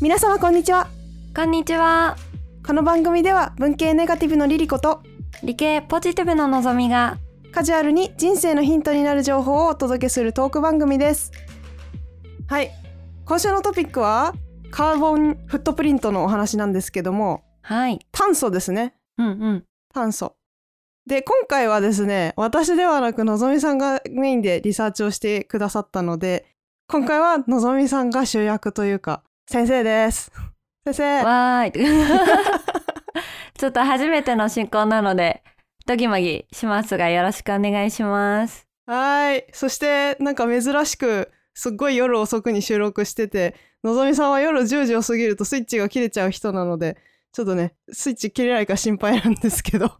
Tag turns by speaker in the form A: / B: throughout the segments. A: 皆様こんにちは
B: こんにちは
A: この番組では文系ネガティブのリリコと
B: 理系ポジティブの望みが
A: カジュアルに人生のヒントになる情報をお届けするトーク番組ですはい今週のトピックはカーボンフットプリントのお話なんですけども
B: はい
A: 炭素ですね
B: うんうん
A: 炭素で今回はですね私ではなくのぞみさんがメインでリサーチをしてくださったので今回はのぞみさんが主役というか先生です先生
B: わ ーいちょっと初めての進行なのでドギマギしますがよろしくお願いします
A: はいそしてなんか珍しくすっごい夜遅くに収録しててのぞみさんは夜10時を過ぎるとスイッチが切れちゃう人なのでちょっとねスイッチ切れないか心配なんですけど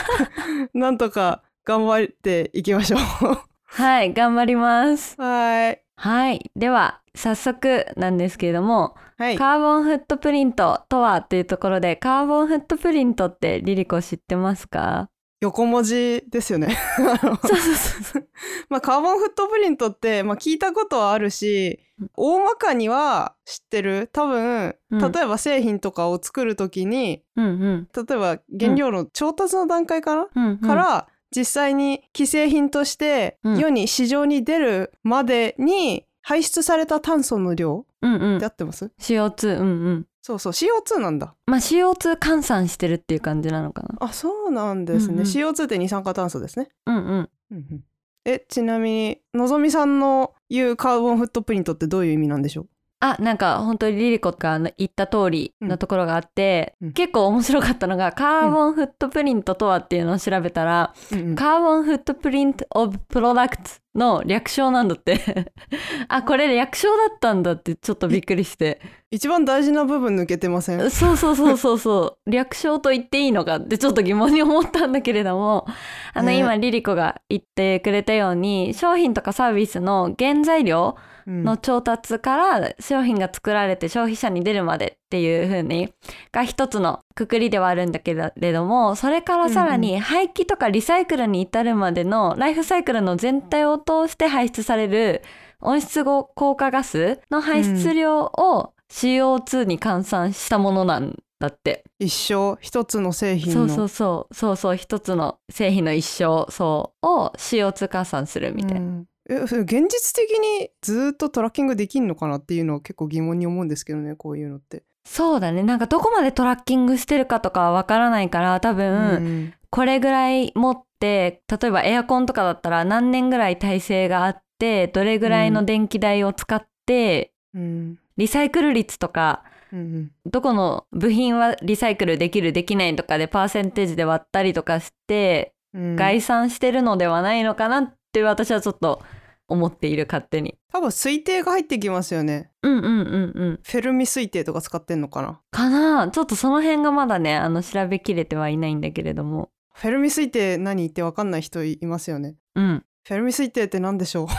A: なんとか頑張っていきましょう
B: はい頑張ります
A: はい
B: はいでは早速なんですけれども、
A: はい
B: カーボンフットプリントとはというところでカーボンフットプリントってリリコ知ってますか
A: 横文字ですよね。 あの
B: そうそうそうそう
A: まあカーボンフットプリントって、まあ、聞いたことはあるし大まかには知ってる多分
B: うん
A: 例えば製品とかを作る時に、
B: うんうん
A: 例えば原料の調達の段階かな、
B: うんうん
A: から実際に既製品として
B: うん
A: 世に市場に出るまでに排出された炭素の量
B: うんうん
A: で合ってます、
B: CO2 うんうん
A: そうそう CO2 なんだ
B: まあ CO2 換算してるっていう感じなのかな
A: あそうなんですね、
B: うんうん
A: CO2 って二酸化炭素ですね
B: うんうん
A: えちなみにのぞみさんの言うカーボンフットプリントってどういう意味なんでしょう
B: あなんか本当にリリコが言った通りのところがあって、
A: うんうん
B: 結構面白かったのがカーボンフットプリントとはっていうのを調べたら、カーボンフットプリント・オブ・プロダクトの略称なんだって あこれ略称だったんだってちょっとびっくりして
A: 一番大事な部分抜けてません
B: そうそうそうそうそう略称と言っていいのかってちょっと疑問に思ったんだけれどもあの、
A: ね
B: 今リリコが言ってくれたように商品とかサービスの原材料
A: うん
B: の調達から商品が作られて消費者に出るまでっていう風にが一つのくくりではあるんだけれどもそれからさら
A: うん
B: に廃棄とかリサイクルに至るまでのライフサイクルの全体を通して排出される温室効果ガスの排出量を CO2 に換算したものなんだって。
A: 一生一つの製品
B: そ
A: の
B: うそうそうそうそう一つの製品の一生そうを CO2 換算するみたいな。
A: うんえそれ現実的にずっとトラッキングできんのかなっていうのを結構疑問に思うんですけどねこういうのって、
B: そうだねなんかどこまでトラッキングしてるかとかはわからないから多
A: う
B: 分
A: ん
B: これぐらい持って例えばエアコンとかだったら何年ぐらい耐性があってどれぐらいの電気代を使って、
A: うん
B: リサイクル率とか
A: うんうん
B: どこの部品はリサイクルできるできないとかでパーセンテージで割ったりとかして
A: うん
B: 概算してるのではないのかなって私はちょっと思っている勝手に。
A: 多分推定が入ってきますよね
B: うんうんうんうん。
A: フェルミ推定とか使ってんのかな
B: かなちょっとその辺がまだねあの調べきれてはいないんだけれども。
A: フェルミ推定何って分かんない人いますよね
B: うん。
A: フェルミ推定って何でしょう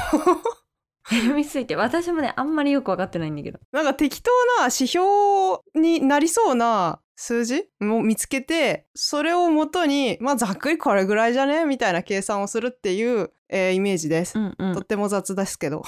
B: フェルミ推定私もねあんまりよく分かってないんだけど。
A: なんか適当な指標になりそうな数字を見つけてそれをもとにまあざっくりこれぐらいじゃねみたいな計算をするっていう、えーイメージです、
B: うんうん
A: とっ。ても雑ですけど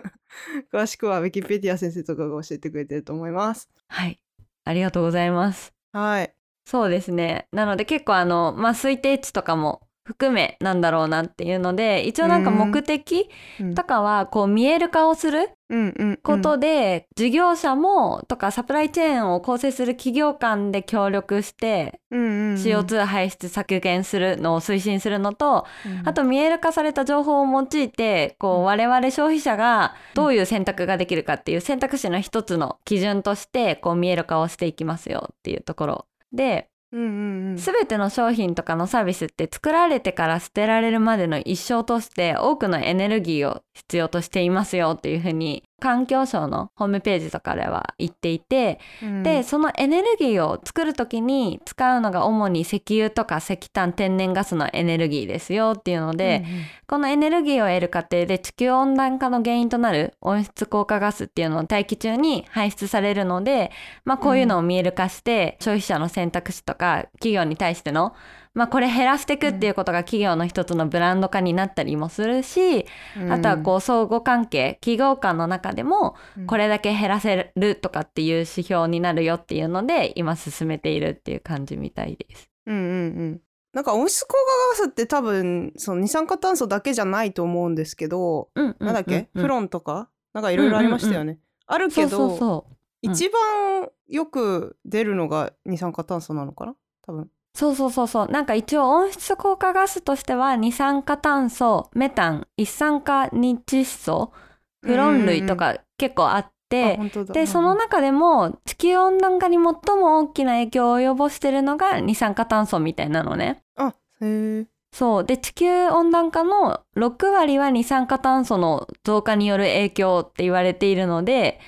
A: 詳しくはウィキペディア先生とかが教えてくれてると思います
B: はい。ありがとうございます。
A: はい
B: そうですね。なので結構あの、まあ、推定値とかも含めなんだろうなっていうので、一応なんか目的
A: うん
B: とかはこう見える化をする
A: うんうん
B: ことで、事業者もとかサプライチェーンを構成する企業間で協力して
A: うんうんうん
B: CO2 排出削減するのを推進するのと、
A: うん
B: あと見える化された情報を用いてこう我々消費者がどういう選択ができるかっていう選択肢の一つの基準としてこう見える化をしていきますよっていうところで
A: うんうんうん
B: 全ての商品とかのサービスって作られてから捨てられるまでの一生として多くのエネルギーを必要としていますよっていうふうに環境省のホームページとかでは言っていて
A: うん
B: でそのエネルギーを作る時に使うのが主に石油とか石炭天然ガスのエネルギーですよっていうので、このエネルギーを得る過程で地球温暖化の原因となる温室効果ガスっていうのを大気中に排出されるので、まあ、こういうのを見える化して、消費者の選択肢とか企業に対しての、まあ、これ減らしていくっていうことが企業の一つのブランド化になったりもするし、あとはこう相互関係企業間の中でも
A: うん
B: これだけ減らせるとかっていう指標になるよっていうので今進めているっていう感じみたいです。
A: うんうんうん。なんか温室効果ガスって多分その二酸化炭素だけじゃないと思うんですけど、
B: うんうんうんうん
A: なんだっけ、フロンとかなんかいろいろありましたよね。あるけ
B: そう
A: ど
B: そうそううん
A: 一番よく出るのが二酸化炭素なのかな多分。
B: そうそうそうそうなんか一応温室効果ガスとしては二酸化炭素メタン一酸化二窒素フロン類とか結構あっ
A: うん
B: て、
A: うんうん、あ本当だ
B: でその中でも地球温暖化に最も大きな影響を及ぼしてるのが二酸化炭素みたいなのね。
A: あへえ。
B: そうで地球温暖化の6割は二酸化炭素の増加による影響って言われているので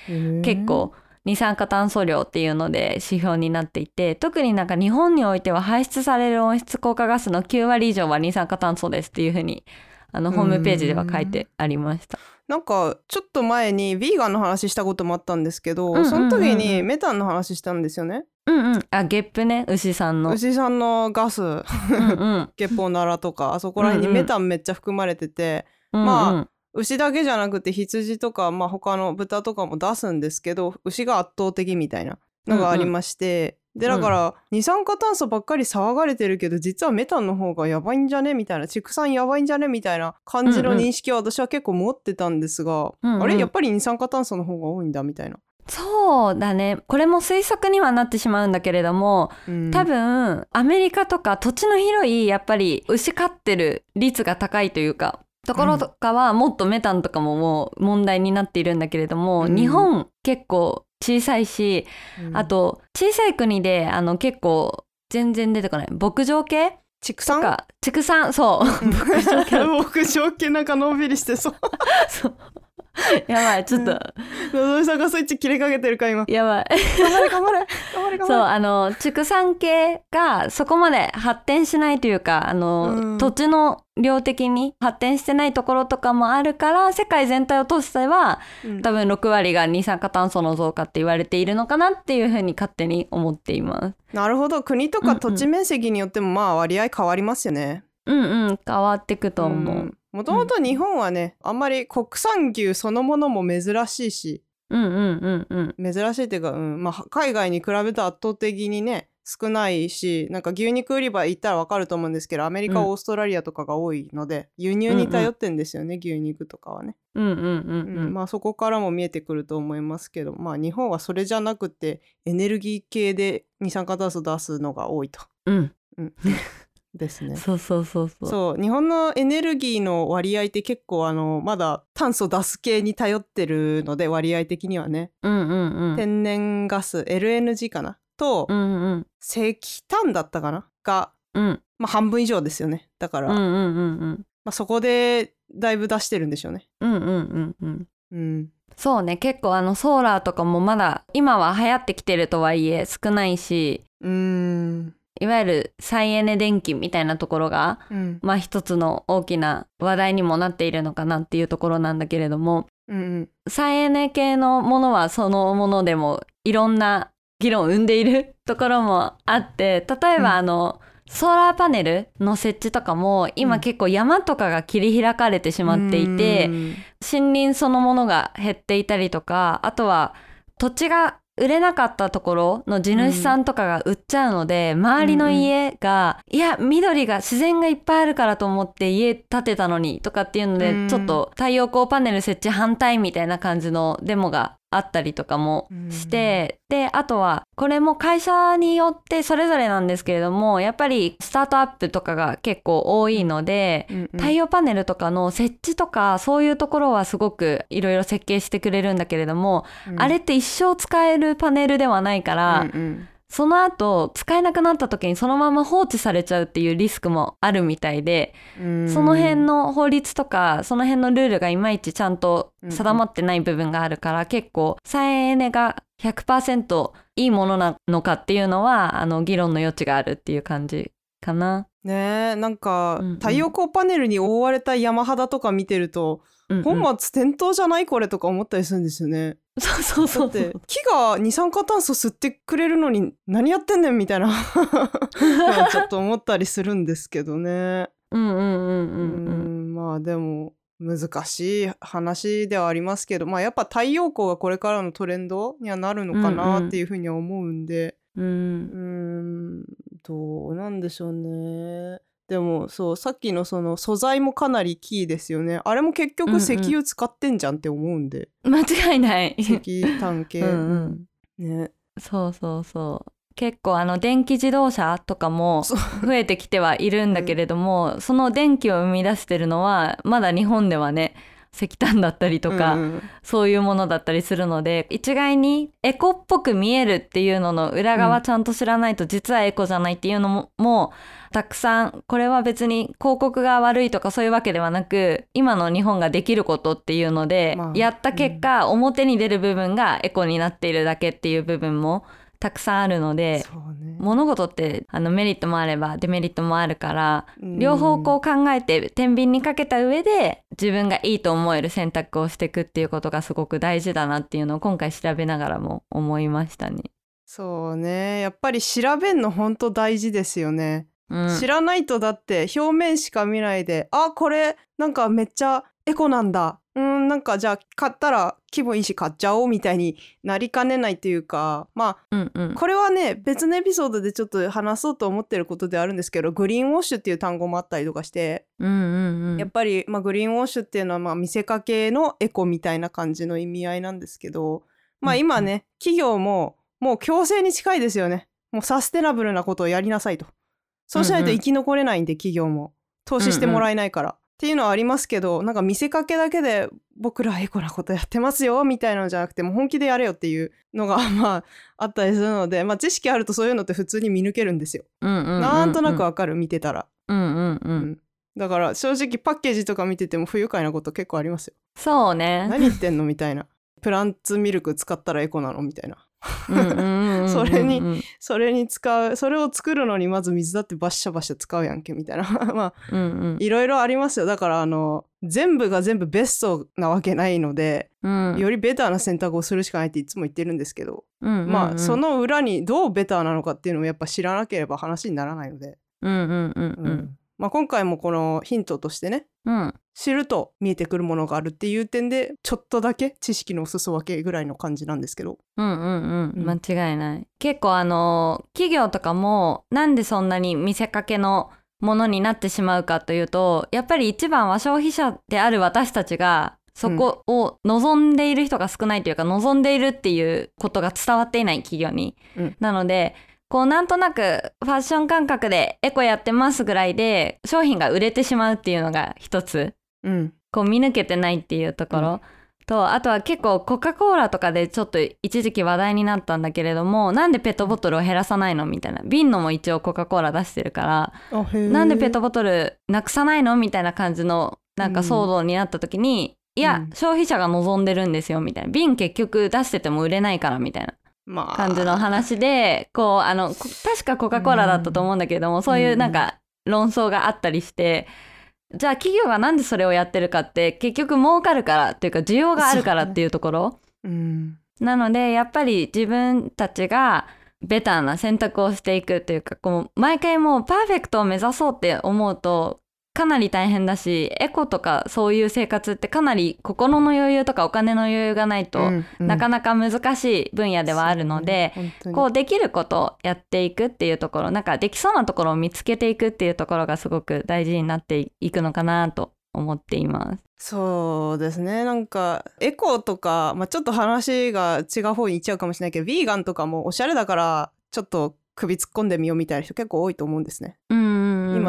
B: 結構二酸化炭素量っていうので指標になっていて特になんか日本においては排出される温室効果ガスの9割以上は二酸化炭素ですっていうふうにあのホームページでは書いてありました。
A: なんかちょっと前にヴィーガンの話したこともあったんですけど、
B: んうんうんうん
A: その時にメタンの話したんですよね
B: うんうんあゲップね牛さんの。
A: 牛さんのガス
B: うんうん
A: ゲポナラとかあそこら辺にメタンめっちゃ含まれてて、 まあ
B: うんうん
A: 牛だけじゃなくて羊とか、まあ、他の豚とかも出すんですけど牛が圧倒的みたいなのがありまして、でだから二酸化炭素ばっかり騒がれてるけど実はメタンの方がやばいんじゃねみたいな畜産やばいんじゃねみたいな感じの認識は私は結構持ってたんですが、
B: うんうん
A: あれやっぱり二酸化炭素の方が多いんだみたいな。
B: そうだねこれも推測にはなってしまうんだけれども
A: うん
B: 多分アメリカとか土地の広いやっぱり牛飼ってる率が高いというかところとかはもっとメタンとかももう問題になっているんだけれども、
A: うん
B: 日本結構小さいし、
A: うん
B: あと小さい国であの結構全然出てこない牧場系
A: 畜
B: と
A: 産
B: か畜産そ う
A: うん牧場系なんかのんびりしてそう。
B: そうやばいちょっと、
A: のぞみさんがスイッチ切れかけてるか今。
B: やばい
A: 頑張れ頑張れ頑張れ頑
B: そう
A: 張れ。
B: あの畜産系がそこまで発展しないというかあの、
A: うん
B: 土地の量的に発展してないところとかもあるから世界全体を通しては
A: うん
B: 多分6割が二酸化炭素の増加って言われているのかなっていうふうに勝手に思っています。
A: なるほど国と
B: うんう
A: か
B: ん
A: 土地面積によってもまあ割合変わりますよね。
B: うんうん変わってくと思う。
A: んもともと日本はね、あんまり国産牛そのものも珍しいし
B: うんうんうんうん。
A: 珍しいっていうか、うんまあ、海外に比べて圧倒的にね少ないしなんか牛肉売り場行ったらわかると思うんですけどアメリカ、
B: うん
A: オーストラリアとかが多いので輸入に頼ってんですよね、牛肉とかはね、
B: うんうんうん
A: うん
B: うん。
A: まあ、そこからも見えてくると思いますけど、まあ、日本はそれじゃなくてエネルギー系で二酸化炭素出すのが多いと。
B: うん、
A: うん、ですね。
B: そうそうそうそう。
A: そう日本のエネルギーの割合って結構あのまだ炭素出す系に頼ってるので割合的にはね、
B: うんうんうん。うん
A: 天然ガス LNG かなと、
B: うん
A: 石炭だったかなが、
B: うん
A: まあ、半分以上ですよねだから、
B: うんう
A: ま
B: んうんうん
A: あ、そこでだいぶ出してるんでしょうね。
B: うんうんうんうん。
A: うん、
B: そうね結構あのソーラーとかもまだ今は流行ってきてるとはいえ少ないし
A: うーん、
B: いわゆる再エネ電気みたいなところが
A: うん
B: まあ一つの大きな話題にもなっているのかなっていうところなんだけれども
A: うん
B: 再エネ系のものはそのものでもいろんな議論を生んでいるところもあって例え
A: うん
B: ばあの、ソーラーパネルの設置とかも
A: う
B: 今
A: ん
B: 結構山とかが切り開かれてしまっていて、
A: うん
B: 森林そのものが減っていたりとかあとは土地が売れなかったところの地主さんとかが売っちゃうので、周りの家が、いや緑が自然がいっぱいあるからと思って家建てたのにとかっていうので、
A: うん
B: ちょっと太陽光パネル設置反対みたいな感じのデモがあったりとかもして、であとはこれも会社によってそれぞれなんですけれどもやっぱりスタートアップとかが結構多いので、
A: うんうん
B: 太陽パネルとかの設置とかそういうところはすごくいろいろ設計してくれるんだけれども、
A: うん
B: あれって一生使えるパネルではないから、
A: うんうん
B: その後使えなくなった時にそのまま放置されちゃうっていうリスクもあるみたいで、
A: うん
B: その辺の法律とかその辺のルールがいまいちちゃんと定まってない部分があるから、結構再エネが100%いいものなのかっていうのはあの議論の余地があるっていう感じかな。
A: ねえなんか、
B: うんうん
A: 太陽光パネルに覆われた山肌とか見てると
B: うんうん
A: 本末転倒じゃないこれとか思ったりするんですよね。
B: そうそ
A: だ
B: うそ
A: っ
B: うそ
A: て
B: う
A: 木が二酸化炭素吸ってくれるのに何やってんねんみた いなまあちょっと思ったりするんですけどね。
B: うんうんうん
A: う
B: うんうん
A: んまあでも難しい話ではありますけどまあやっぱ太陽光がこれからのトレンドにはなるのか
B: うんう
A: なんっていうふうには思うんで
B: うん
A: うーんどうなんでしょうねでもそうさっきのその素材もかなりキーですよねあれも結
B: うんう
A: 局
B: ん
A: 石油使ってんじゃんって思うんで、
B: 間違いない
A: 石炭系、
B: うんうん
A: ね
B: そうそうそう結構あの電気自動車とかも
A: そう
B: 増えてきてはいるんだけれども、その電気を生み出してるのはまだ日本ではね石炭だったりとか、
A: うんうん
B: そういうものだったりするので一概にエコっぽく見えるっていうのの裏
A: う
B: 側
A: ん
B: ちゃんと知らないと実はエコじゃないっていうのも,、もうたくさんこれは別に広告が悪いとかそういうわけではなく今の日本ができることっていうので、
A: まあ
B: やった結果、表に出る部分がエコになっているだけっていう部分もたくさんあるので
A: そうね
B: 物事ってあのメリットもあればデメリットもあるから
A: うん
B: 両方こう考えて天秤にかけた上で自分がいいと思える選択をしていくっていうことがすごく大事だなっていうのを今回調べながらも思いましたね。
A: そうねやっぱり調べんの本当大事ですよね。
B: うん、
A: 知らないとだって表面しか見ないであこれなんかめっちゃエコなんだうーんなんかじゃあ買ったら気分いいし買っちゃおうみたいになりかねないというかま
B: うんうん
A: あこれはね別のエピソードでちょっと話そうと思ってることではあるんですけどグリーンウォッシュっていう単語もあったりとかして
B: うんうんうん
A: やっぱり、まあ、グリーンウォッシュっていうのは、まあ、見せかけのエコみたいな感じの意味合いなんですけど、まあ、
B: うん
A: 今ね企業ももう強制に近いですよねもうサステナブルなことをやりなさいとそうしないと
B: うんうん
A: 生き残れないんで、企業も投資してもらえないから、っていうのはありますけどなんか見せかけだけで僕らエコなことやってますよみたいなのじゃなくてもう本気でやれよっていうのがまああったりするので、まあ、知識あるとそういうのって普通に見抜けるんですよ。
B: うんうんうん
A: なんとなくわかる見てたら。
B: うんうんうん
A: だから正直パッケージとか見てても不愉快なこと結構ありますよ。
B: そうね。
A: 何言ってんのみたいな。プランツミルク使ったらエコなのみたいな。
B: うんうんうんうん
A: それに
B: うん
A: それに使う、それを作るのにまず水だってバッシャバシャ使うやんけみたいな。 まあ、
B: うん
A: いろいろありますよ。だからあの、全部が全部ベストなわけないので、
B: うんうん
A: よりベターな選択をするしかないっていつも言ってるんですけど、
B: うんうん
A: まあ、その裏にどうベターなのかっていうのもやっぱ知らなければ話にならないので、
B: うんうんうん
A: う
B: うんん
A: まあ今回もこのヒントとしてね、
B: うん
A: 知ると見えてくるものがあるっていう点でちょっとだけ知識のお裾分けぐらいの感じなんですけど。
B: うんうん
A: う
B: うんん、間違いない結構あの企業とかもなんでそんなに見せかけのものになってしまうかというとやっぱり一番は消費者である私たちがそこを望んでいる人が少ないというか、望んでいるっていうことが伝わっていない企業に、
A: うん
B: なのでこうなんとなくファッション感覚でエコやってますぐらいで商品が売れてしまうっていうのが一つ
A: うん、
B: こう見抜けてないっていうところ、
A: う
B: とあとは結構コカ・コーラとかでちょっと一時期話題になったんだけれどもなんでペットボトルを減らさないのみたいな瓶のも一応コカ・コーラ出してるから、
A: あへ
B: なんでペットボトルなくさないのみたいな感じのなんか騒動になった時に、いや、
A: うん
B: 消費者が望んでるんですよみたいな瓶結局出してても売れないからみたいな
A: まあ
B: 感じの話でこうあのこ確かコカ・コーラだったと思うんだけれども、そういうなんか論争があったりして、じゃあ企業がなんでそれをやってるかって結局儲かるからっていうか需要があるからっていうところ、
A: うん
B: なのでやっぱり自分たちがベターな選択をしていくというかこう毎回もうパーフェクトを目指そうって思うとかなり大変だしエコとかそういう生活ってかなり心の余裕とかお金の余裕がないと、
A: うんうん
B: なかなか難しい分野ではあるので、
A: そうね本当に
B: こうできることをやっていくっていうところなんかできそうなところを見つけていくっていうところがすごく大事になっていくのかなと思っています。
A: そうですねなんかエコとか、まあ、ちょっと話が違う方に行っちゃうかもしれないけどヴィーガンとかもおしゃれだからちょっと首突っ込んでみようみたいな人結構多いと思うんですね。今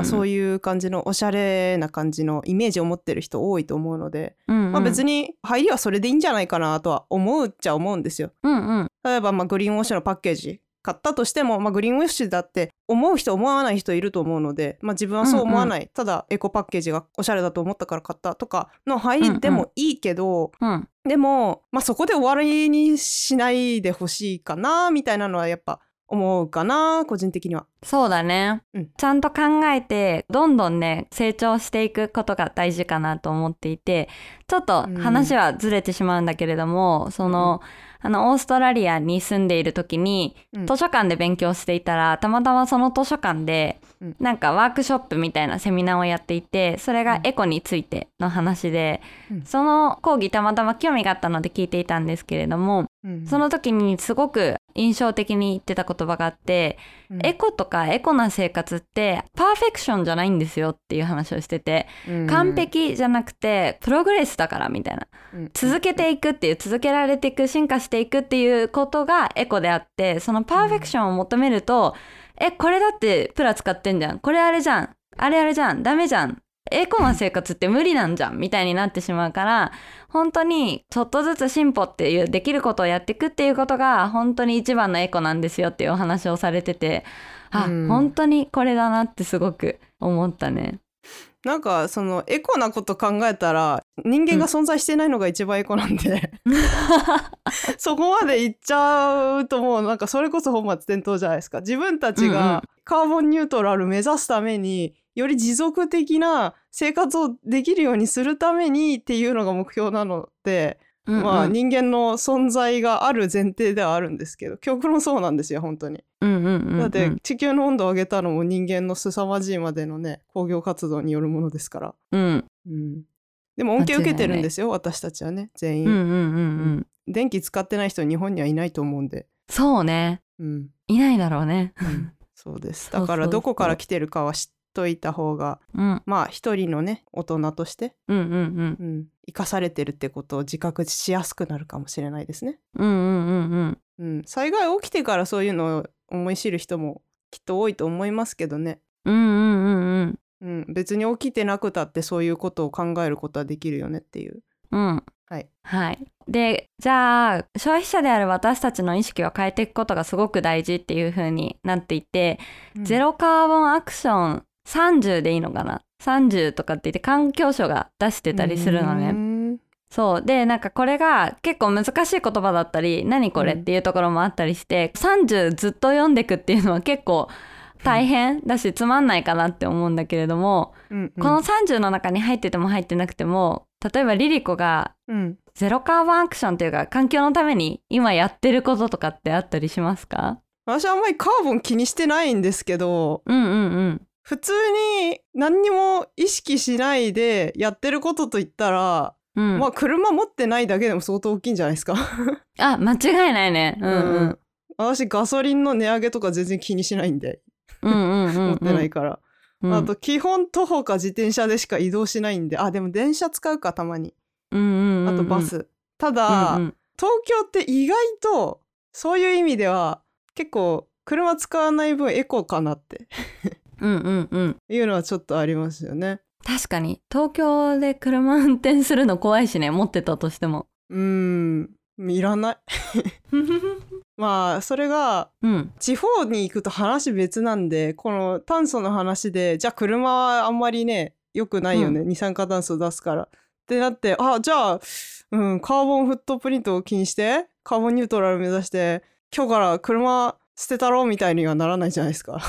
B: 今
A: そう
B: い
A: いう感じのおしゃれな感じのイメージを持ってる人多いと思うので、
B: うん、うんうん、
A: まあ、別
B: に、
A: に入りはそれでいいんじゃないかなとは思うっちゃ思うんですよ。
B: うんうん、
A: 例えば、まあ、グリーンウォッシュのパッケージ買ったとしても、まあ、グリーンウォッシュだって思う人思わない人いると思うので、まあ、自分はそう思わない、ただエコパッケージがおしゃれだと思ったから買ったとかの入りでもいいけど、
B: うん
A: でも、まあ、そこで終わりにしないでほしいかなみたいなのはやっぱ思うかな個人的には。
B: そうだね、
A: うん
B: ちゃんと考えてどんどんね成長していくことが大事かなと思っていてちょっと話はずれてしまうんだけれども、そのあのオーストラリアに住んでいる時に
A: うん
B: 図書館で勉強していたらたまたまその図書館で
A: うん
B: なんかワークショップみたいなセミナーをやっていてそれがエコについての話で、
A: うん
B: その講義たまたま興味があったので聞いていたんですけれども
A: うん
B: その時にすごく印象的に言ってた言葉があって、
A: うん
B: エコとかエコな生活ってパーフェクションじゃないんですよっていう話をしてて、
A: うん
B: 完璧じゃなくてプログレスだからみたいな
A: うん
B: 続けていくっていう続けられていく進化していくっていうことがエコであってそのパーフェクションを求めると、えこれだってプラ使ってんじゃんこれあれじゃんあれあれじゃんダメじゃんエコな生活って無理なんじゃんみたいになってしまうから本当にちょっとずつ進歩っていうできることをやっていくっていうことが本当に一番のエコなんですよっていうお話をされててあ、
A: うん
B: 本当にこれだなってすごく思ったね。
A: なんかそのエコなこと考えたら人間が存在してないのが一番エコなん で、そこまでいっちゃうともうなんかそれこそ本末転倒じゃないですか自分たち
B: うんうん
A: がカーボンニュートラル目指すためにより持続的な生活をできるようにするためにっていうのが目標なので、
B: うんうん
A: まあ人間の存在がある前提ではあるんですけど極論そうなんですよ本当に。
B: うんうんうんうん
A: だって地球の温度を上げたのも人間の凄まじいまでのね工業活動によるものですから。
B: うん
A: うん、でも恩恵受けてるんですよ、私たちはね全員、
B: うんうんうんうん
A: 電気使ってない人日本にはいないと思うんで、
B: そうね
A: うん、
B: いないだろうね。
A: そうです
B: そうそう
A: だからどこから来てるかは知っといた方が
B: うん
A: まあ一人のね大人として、
B: うんうんうん
A: うん、生かされてるってことを自覚しやすくなるかもしれないですね、
B: うんうんうんうん
A: うん、災害起きてからそういうのを思い知る人もきっと多いと思いますけどね、
B: うんうんうん
A: うん、別に起きてなくたってそういうことを考えることはできるよねっていう
B: うんうん
A: はい
B: はいでじゃあ消費者である私たちの意識を変えていくことがすごく大事っていう風になっていて、ゼロカーボンアクション30でいいのかな30とかって言って環境省が出してたりするのね。
A: ね
B: そうでなんかこれが結構難しい言葉だったり何これっていうところもあったりして、30ずっと読んでくっていうのは結構大変だしつまんないかなって思うんだけれども、
A: うん
B: この30の中に入ってても入ってなくても例えばリリコが
A: うん、
B: ゼロカーボンアクションというか環境のために今やってることとかってあったりしますか
A: 私あんまりカーボン気にしてないんですけど
B: うんうんうん
A: 普通に何にも意識しないでやってることといったら、
B: うん、
A: まあ車持ってないだけでも相当大きいんじゃないですか。
B: あ間違いないねうんうん、うん、
A: 私ガソリンの値上げとか全然気にしないんで
B: うんうんうん
A: 持ってないから、
B: うん
A: あと基本徒歩か自転車でしか移動しないんであでも電車使うかたまに
B: うんうんうんう
A: あ
B: ん
A: とバス、ただ、
B: うんうん
A: 東京って意外とそういう意味では結構車使わない分エコかなって
B: うんうんうん
A: いうのはちょっとありますよね。
B: 確かに東京で車運転するの怖いしね持ってたとして も
A: うーん、いらない。
B: う
A: まあ、それが、
B: ん
A: 地方に行くと話別なんで、この炭素の話で、じゃあ車はあんまりね、良くないよね、二酸化炭素出すから。ってなって、あ、じゃあ、うん、カーボンフットプリントを気にして、カーボンニュートラル目指して、今日から車捨てたろうみたいにはならないじゃないです か。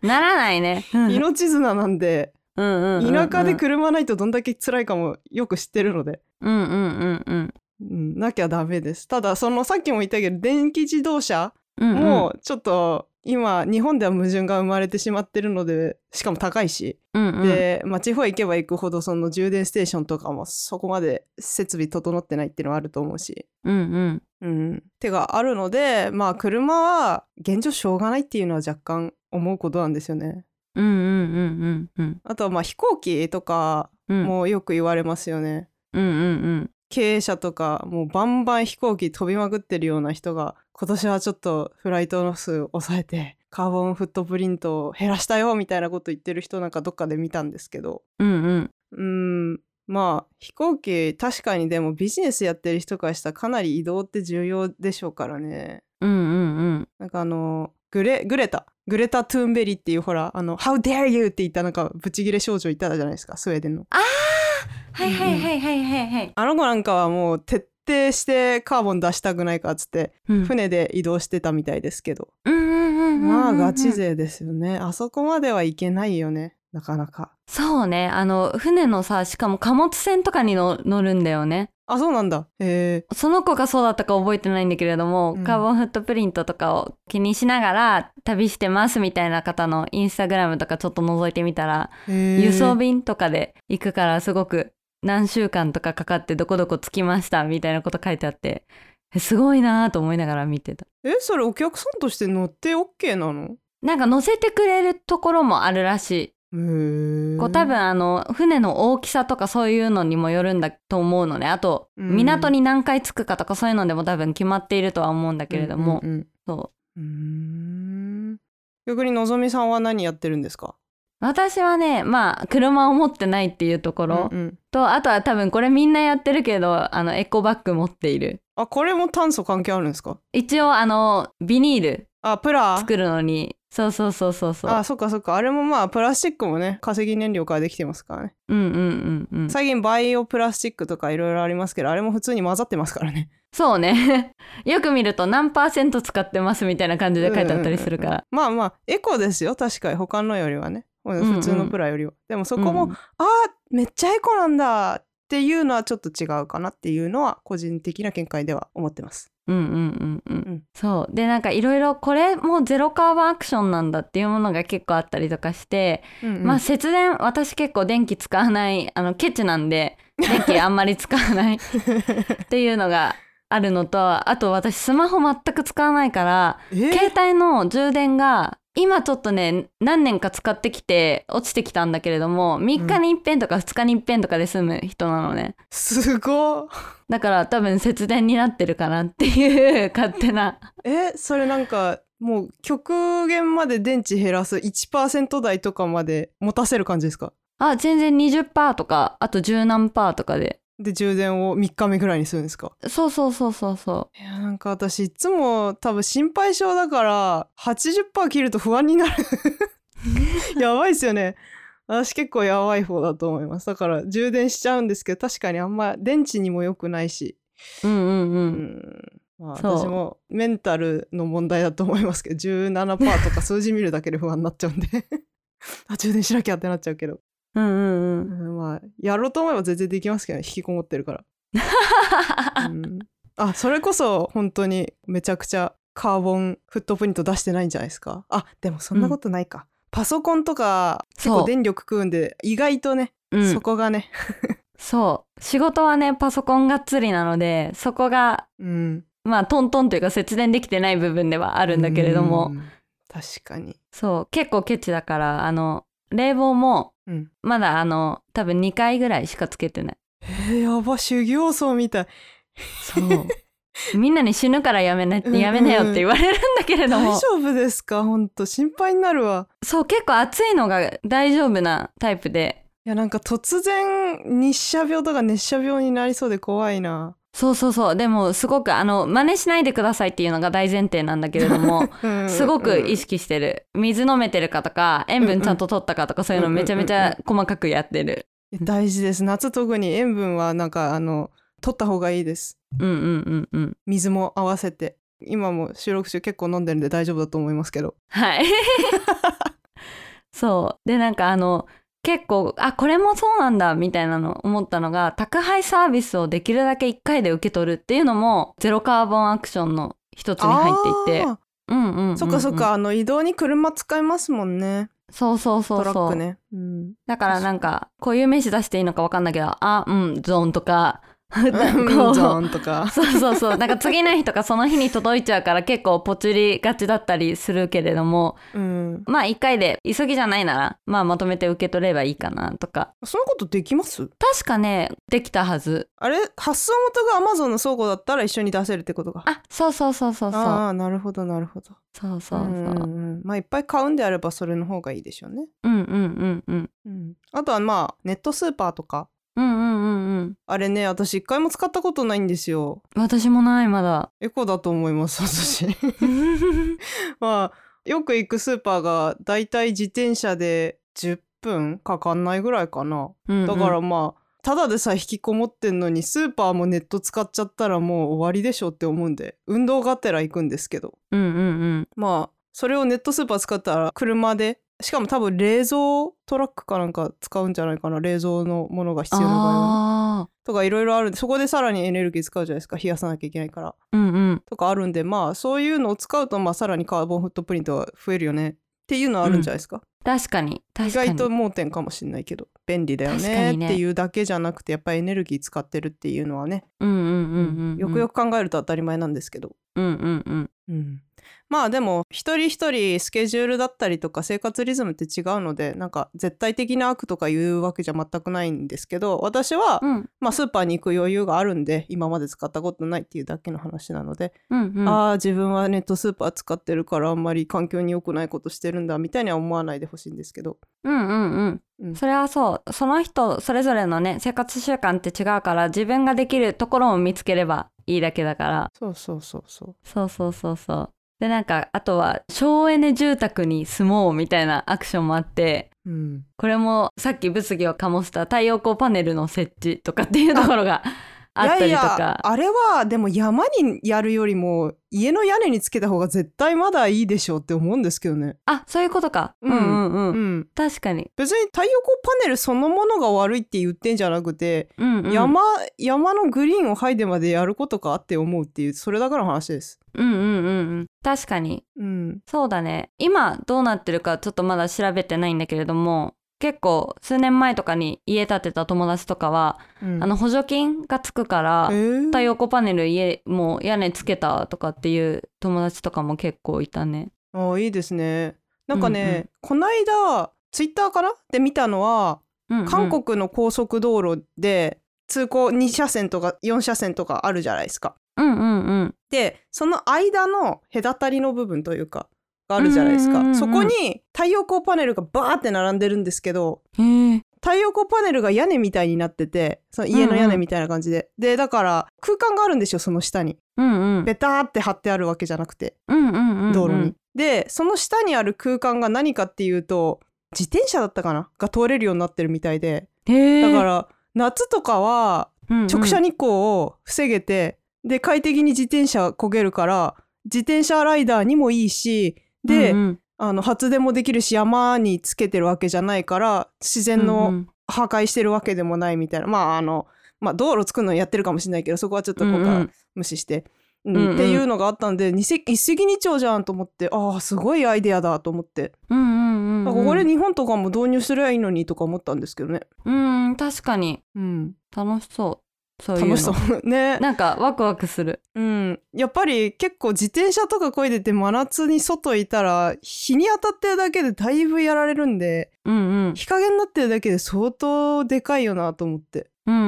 B: ならないね、うんうん
A: 命綱なんで、
B: うんうん、
A: 田舎で車ないとどんだけ辛いかもよく知ってるので。
B: うんうんうんうん
A: うん、なきゃダメです。ただ、そのさっきも言ったけど、電気自動車
B: うん
A: もうちょっと今日本では矛盾が生まれてしまってるのでしかも高いし、
B: うんうん
A: で、まあ、地方へ行けば行くほどその充電ステーションとかもそこまで設備整ってないっていうのはあると思うし、
B: うんう
A: う
B: ん
A: ん、手があるのでまあ車は現状しょうがないっていうのは若干思うことなんですよね。
B: うんうんうんうん
A: あとはまあ飛行機とか
B: うん
A: もよく言われますよね。
B: うんうん
A: 経営者とかもうバンバン飛行機飛びまくってるような人が今年はちょっとフライトの数抑えて カーボンフットプリントを減らしたよみたいなこと言ってる人なんかどっかで見たんですけど
B: うんうんうん
A: うーんまあ飛行機確かにでもビジネスやってる人からしたらかなり移動って重要でしょうからね
B: うんうんうん
A: なんかあのグレグレタグレタ・トゥーンベリっていうほらあの「How dare you!」って言ったなんかブチギレ少女いたじゃないですかスウェーデンの
B: はいはいはいはいはいはい
A: あの子なんかはもう徹底定してカーボン出したくないかっつって
B: うん
A: 船で移動してたみたいですけど、
B: うんうんうんうんうん
A: まあガチ勢ですよねあそこまではいけないよねなかなか
B: そうねあの船のさしかも貨物船とかにの乗るんだよね
A: あそうなんだへえ
B: その子がそうだったか覚えてないんだけれども、
A: うん
B: カーボンフットプリントとかを気にしながら旅してますみたいな方のインスタグラムとかちょっと覗いてみたら、輸送便とかで行くからすごく何週間とかかかってどこどこ着きましたみたいなこと書いてあってえすごいなと思いながら見てた
A: えそれお客さんとして乗って OK なの
B: なんか乗せてくれるところもあるらしい
A: へえ
B: こう多分あの船の大きさとかそういうのにもよるんだと思うのねあと
A: うん
B: 港に何回着くかとかそういうのでも多分決まっているとは思うんだけれども、
A: うんうんうん
B: そう
A: うーん逆にのぞみさんは何やってるんですか
B: 私はねまあ車を持ってないっていうところ、
A: うんうん
B: とあとは多分これみんなやってるけどあのエコバッグ持っている
A: あこれも炭素関係あるんですか
B: 一応あのビニール
A: あプラ
B: 作るのにそうそうそうそうそう
A: あそっかそっかあれもまあプラスチックもね化石燃料からできてますからね、
B: うんうんうんうん
A: 最近バイオプラスチックとかいろいろありますけどあれも普通に混ざってますからね
B: そうね よく見ると何パーセント使ってますみたいな感じで書いてあったりするから、
A: まあまあエコですよ確かに他のよりはね
B: んうん
A: 普通のプラよりは、でもそこも、
B: うん
A: あーめっちゃエコなんだっていうのはちょっと違うかなっていうのは個人的な見解では思ってます
B: うんうんうんうん、
A: うん
B: そうでなんかいろいろこれもうゼロカーボンアクションなんだっていうものが結構あったりとかして、まあ節電私結構電気使わないあのケチなんで電気あんまり使わないっていうのがあるのとあと私スマホ全く使わないから
A: えー
B: 携帯の充電が今ちょっとね何年か使ってきて落ちてきたんだけれども3日に一遍とか2日に一遍とかで済む人なのね。
A: すごっ
B: だから多分節電になってるかなっていう勝手な
A: えそれなんかもう極限まで電池減らす1%台とかまで持たせる感じですか
B: あ全然20%とかあと10何パーとかで
A: で充電を3日目ぐらいにするんですか
B: そうそうそうそうそ
A: いやなんか私いつも多分心配性だから80%切ると不安にな るやばいですよね私結構やばい方だと思いますだから充電しちゃうんですけど確かにあんま電池にも良くないし
B: ううんうんう
A: うんんまあ
B: そう
A: 私もメンタルの問題だと思いますけど17%とか数字見るだけで不安になっちゃうんで あ充電しなきゃってなっちゃうけど、
B: うんうんう
A: うんんまあやろうと思えば全然できますけどね引きこもってるからうんあそれこそ本当にめちゃくちゃカーボンフットプリント出してないんじゃないですかあでもそんなことないか、パソコンとか結
B: そ
A: 構
B: う
A: 電力食うんで意外とね、
B: うん
A: そこがね、
B: そう仕事はねパソコンがっつりなのでそこが
A: うん、
B: まあトントンというか節電できてない部分ではあ
A: あ
B: るんだけれども
A: 確かに、
B: そう結構ケチだからあの冷房も
A: うん、
B: まだあの多分2回ぐらいしかつけてない
A: えー、やば修行僧みたい
B: そう みんなに死ぬからやめなやめなよって言われるんだけれど
A: 大
B: も、
A: 丈夫ですか本当心配になるわ
B: そう結構暑いのが大丈夫なタイプで
A: いやなんか突然日射病とか熱射病になりそうで怖いな
B: そうそうそうでもすごくあの真似しないでくださいっていうのが大前提なんだけれど もすごく
A: 識
B: 意識してる水飲めてるかとか塩分ちゃんと取ったかとかそういうのめちゃめちゃ細かくやってる
A: 大事です夏特に塩分はなんかあの取った方がいいです
B: うんうんうんうん
A: 水も合わせて今も収録中結構飲んでるんで大丈夫だと思いますけど
B: はいそうでなんかあの結構あこれもそうなんだみたいなの思ったのが宅配サービスをできるだけ1回で受け取るっていうのもゼロカーボンアクションの一つに入っていて
A: あー
B: うんうんうんうん
A: そっかそっかあの移動に車使いますもんね
B: そうそうそう
A: トラ
B: そ
A: ッ
B: う、
A: クねうん
B: だからなんかこういう飯出していいのかわかんないけどあうんゾーンとか なん かこ
A: うん
B: う
A: ゾーンとか
B: そうそうそうなんか次の日とかその日に届いちゃうから結構ポチりがちだったりするけれども
A: うん
B: まあ1回で急ぎじゃないなら、まあ、まとめて受け取ればいいかなとか
A: そのことできます
B: 確かねできたはず
A: あれ発送元がアマゾンの倉庫だったら一緒に出せるってことか
B: あそうそうそうそうそう
A: ああなるほどなるほど
B: そうそう
A: う
B: そう
A: んうんうんまあいっぱい買うんであればそれの方がいいでしょうね、
B: うんうんうんうん
A: うん、あとはまあネットスーパーとか
B: うんうんうんうん
A: あれね私一回も使ったことないんですよ
B: 私もないま だ
A: エコだと思い ます私
B: うん
A: まあよく行くスーパーがだいたい自転車で10分かかんないぐらいかな
B: うん
A: だからまあ、ただでさえ引きこもってんのにスーパーもネット使っちゃったらもう終わりでしょって思うんで運動がてら行くんですけど
B: うんうん
A: まあそれをネットスーパー使ったら車でしかも多分冷蔵トラックかなんか使うんじゃないかな冷蔵のものが必要な場合は
B: あ
A: とかいろいろあるんでそこでさらにエネルギー使うじゃないですか冷やさなきゃいけないから
B: あうんうん
A: とかあるんでまあそういうのを使うとまあさらにカーボンフットプリントが増えるよねっていうのはあるんじゃないですか、
B: 確かに
A: 意
B: 確かに
A: 外と盲点かもしれないけど便利だよ
B: 確か
A: ね
B: にね
A: っていうだけじゃなくてやっぱりエネルギー使ってるっていうのはね、
B: うんうんうんうんうん
A: よくよく考えると当たり前なんですけど、
B: うんうんうん
A: まあでも一人一人スケジュールだったりとか生活リズムって違うのでなんか絶対的な悪とかいうわけじゃ全くないんですけど私は、
B: うん
A: まあ、スーパーに行く余裕があるんで今まで使ったことないっていうだけの話なので、
B: うんうん
A: ああ自分はネットスーパー使ってるからあんまり環境に良くないことしてるんだみたいには思わないでほしいんですけど。
B: うんうんうん
A: うん
B: それはそうその人それぞれのね生活習慣って違うから自分ができるところを見つければいいだけだから
A: そうそうそうそう
B: そうそうそうそうでなんかあとは省エネ住宅に住もうみたいなアクションもあって
A: うん、
B: これもさっき物議を醸した太陽光パネルの設置とかっていうところがあったりと
A: いやいや
B: か
A: あれはでも山にやるよりも家の屋根につけた方が絶対まだいいでしょうって思うんですけどね。
B: あそういうことか
A: う
B: うんんうんうん、
A: うん、
B: 確かに、
A: 別に太陽光パネルそのものが悪いって言ってんじゃなくて、
B: うんうん、
A: 山山のグリーンを剥いでまでやることかって思うっていうそれだからの話です。
B: うんうんうんうん確かに
A: うん、
B: そうだね今どうなってるかちょっとまだ調べてないんだけれども結構数年前とかに家建てた友達とかは、
A: うん
B: あの補助金がつくから
A: えー
B: 太陽光パネル家もう屋根つけたとかっていう友達とかも結構いたね。
A: あいいですね。なんかね、
B: うんうん
A: こないだツイッターかなで見たのは
B: うんうん
A: 韓国の高速道路で通行2車線とか4車線とかあるじゃないですか。
B: うんうんうん
A: でその間の隔たりの部分というかがあるじゃないです
B: うんうんうんう
A: か
B: ん
A: そこに太陽光パネルがバーって並んでるんですけど
B: へえ
A: 太陽光パネルが屋根みたいになっててその家の屋根みたいな感じで、でだから空間があるんですよその下に
B: うんうん
A: ベターって張ってあるわけじゃなくて
B: うんうんうんうん
A: 道路に、でその下にある空間が何かっていうと自転車だったかなが通れるようになってるみたいで
B: へえ
A: だから夏とかは
B: うんうん
A: 直射日光を防げて、で快適に自転車焦げるから自転車ライダーにもいいしで、
B: うんうん
A: あの発電もできるし山につけてるわけじゃないから自然
B: うんう
A: の
B: ん
A: 破壊してるわけでもないみたいな、まああの、まあ、道路作るのやってるかもしれないけどそこはちょっと今
B: うんう
A: 回
B: ん
A: 無視して、うん
B: うんうん
A: っていうのがあったんで二石一石二鳥じゃんと思ってああすごいアイデアだと思って、
B: うんうん
A: なん
B: う
A: か
B: ん
A: これ日本とかも導入すりゃいいのにとか思ったんですけどね、
B: うん確かに
A: うん、
B: 楽しそうそういうの
A: 楽しそう ね
B: なんかワクワクする
A: うん、やっぱり結構自転車とかこいでて真夏に外いたら日に当たってるだけでだいぶやられるんで
B: うんうん
A: 日陰になってるだけで相当でかいよなと思って、
B: うんう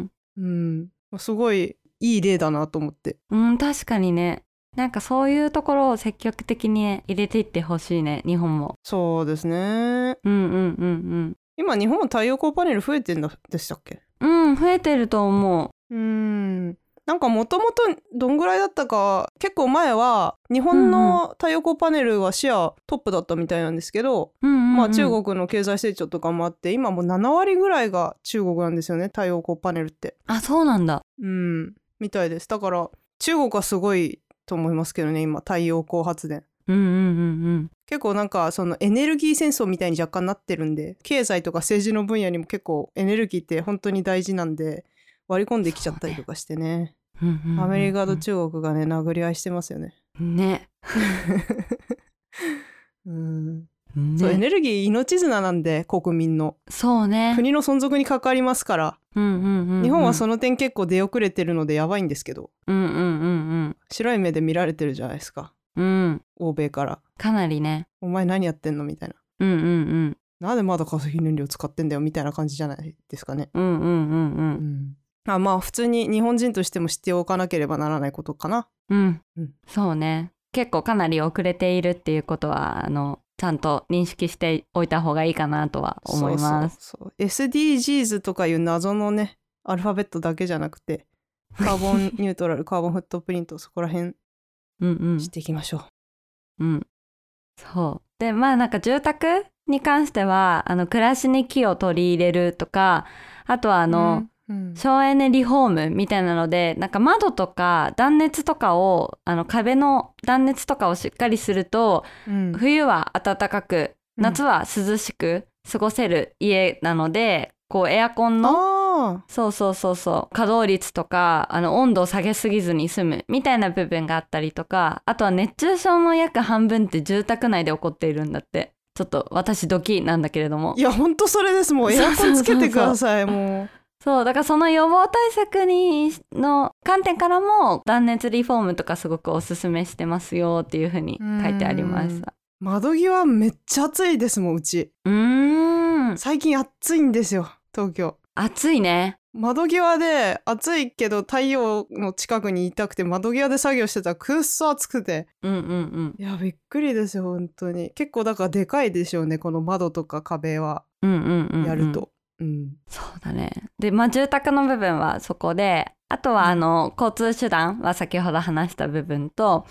B: んうん
A: うん、すごいいい例だなと思って
B: うんうん確かにねなんかそういうところを積極的にね入れていってほしいね日本も
A: そうですね
B: うんうんうん
A: 今日本太陽光パネル増えてんだでしたっけ
B: うんうん増えてると思う
A: うんなんかもともとどんぐらいだったか結構前は日本の太陽光パネルはシェアトップだったみたいなんですけど、
B: うんうんうん
A: まあ、中国の経済成長とかもあって今もう7割ぐらいが中国なんですよね太陽光パネルって。
B: あそうなんだ
A: うんみたいですだから中国はすごいと思いますけどね今太陽光発電。
B: うんうんうん
A: 結構なんかそのエネルギー戦争みたいに若干なってるんで経済とか政治の分野にも結構エネルギーって本当に大事なんで割り込んできちゃったりとかしてね
B: うんうんうんうん
A: アメリカと中国がね殴り合いしてますよね。
B: ね
A: うん
B: ね
A: そうエネルギー命綱なんで国民の
B: そうね
A: 国の存続に関わりますから
B: うんうんうんうん
A: 日本はその点結構出遅れてるのでやばいんですけど
B: うんうんうん
A: 白い目で見られてるじゃないですか
B: うんうん
A: 欧米から
B: かなりね
A: 「お前何やってんの?」みたいな
B: うんうん
A: 「なんでまだ化石燃料使ってんだよ」みたいな感じじゃないですかね。
B: うんうんうんうんう
A: うんん、あまあ普通に日本人としても知っておかなければならないことかな。
B: うん、
A: うん
B: そうね結構かなり遅れているっていうことはあのちゃんと認識しておいた方がいいかなとは思います。
A: そうそうそう SDGs とかいう謎のねアルファベットだけじゃなく てカーボンニュートラルカーボンフットプリントそこら辺
B: うんうん
A: していきましょう。
B: うん、そうでまあなんか住宅に関してはあの暮らしに木を取り入れるとかあとはあ
A: あ
B: の、、
A: うん
B: 省エネリフォームみたいなのでなんか窓とか断熱とかをあの壁の断熱とかをしっかりすると
A: うん
B: 冬は暖かく
A: うん
B: 夏は涼しく過ごせる家なので、こうエアコンの
A: あ
B: そうそうそうそう稼働率とかあの温度を下げすぎずに済むみたいな部分があったりとかあとは熱中症の約半分って住宅内で起こっているんだってちょっと私ドキなんだけれども
A: ーいやほんとそれですもうエアコンつけてくださいもう
B: そうだからその予防対策にの観点からも断熱リフォームとかすごくおすすめしてますよっていうふうに書いてありました
A: 窓際めっちゃ暑いですもんうち
B: うーん
A: 最近暑いんですよ東京
B: 暑いね
A: 窓際で暑いけど太陽の近くにいたくて窓際で作業してたらくっそ暑くて
B: うんうんうん
A: いやびっくりですよ本当に結構だからでかいでしょうねこの窓とか壁は
B: うんうんうんうん
A: やると、うん
B: そうだねでまあ住宅の部分はそこであとはあの交通手段は先ほど話した部分と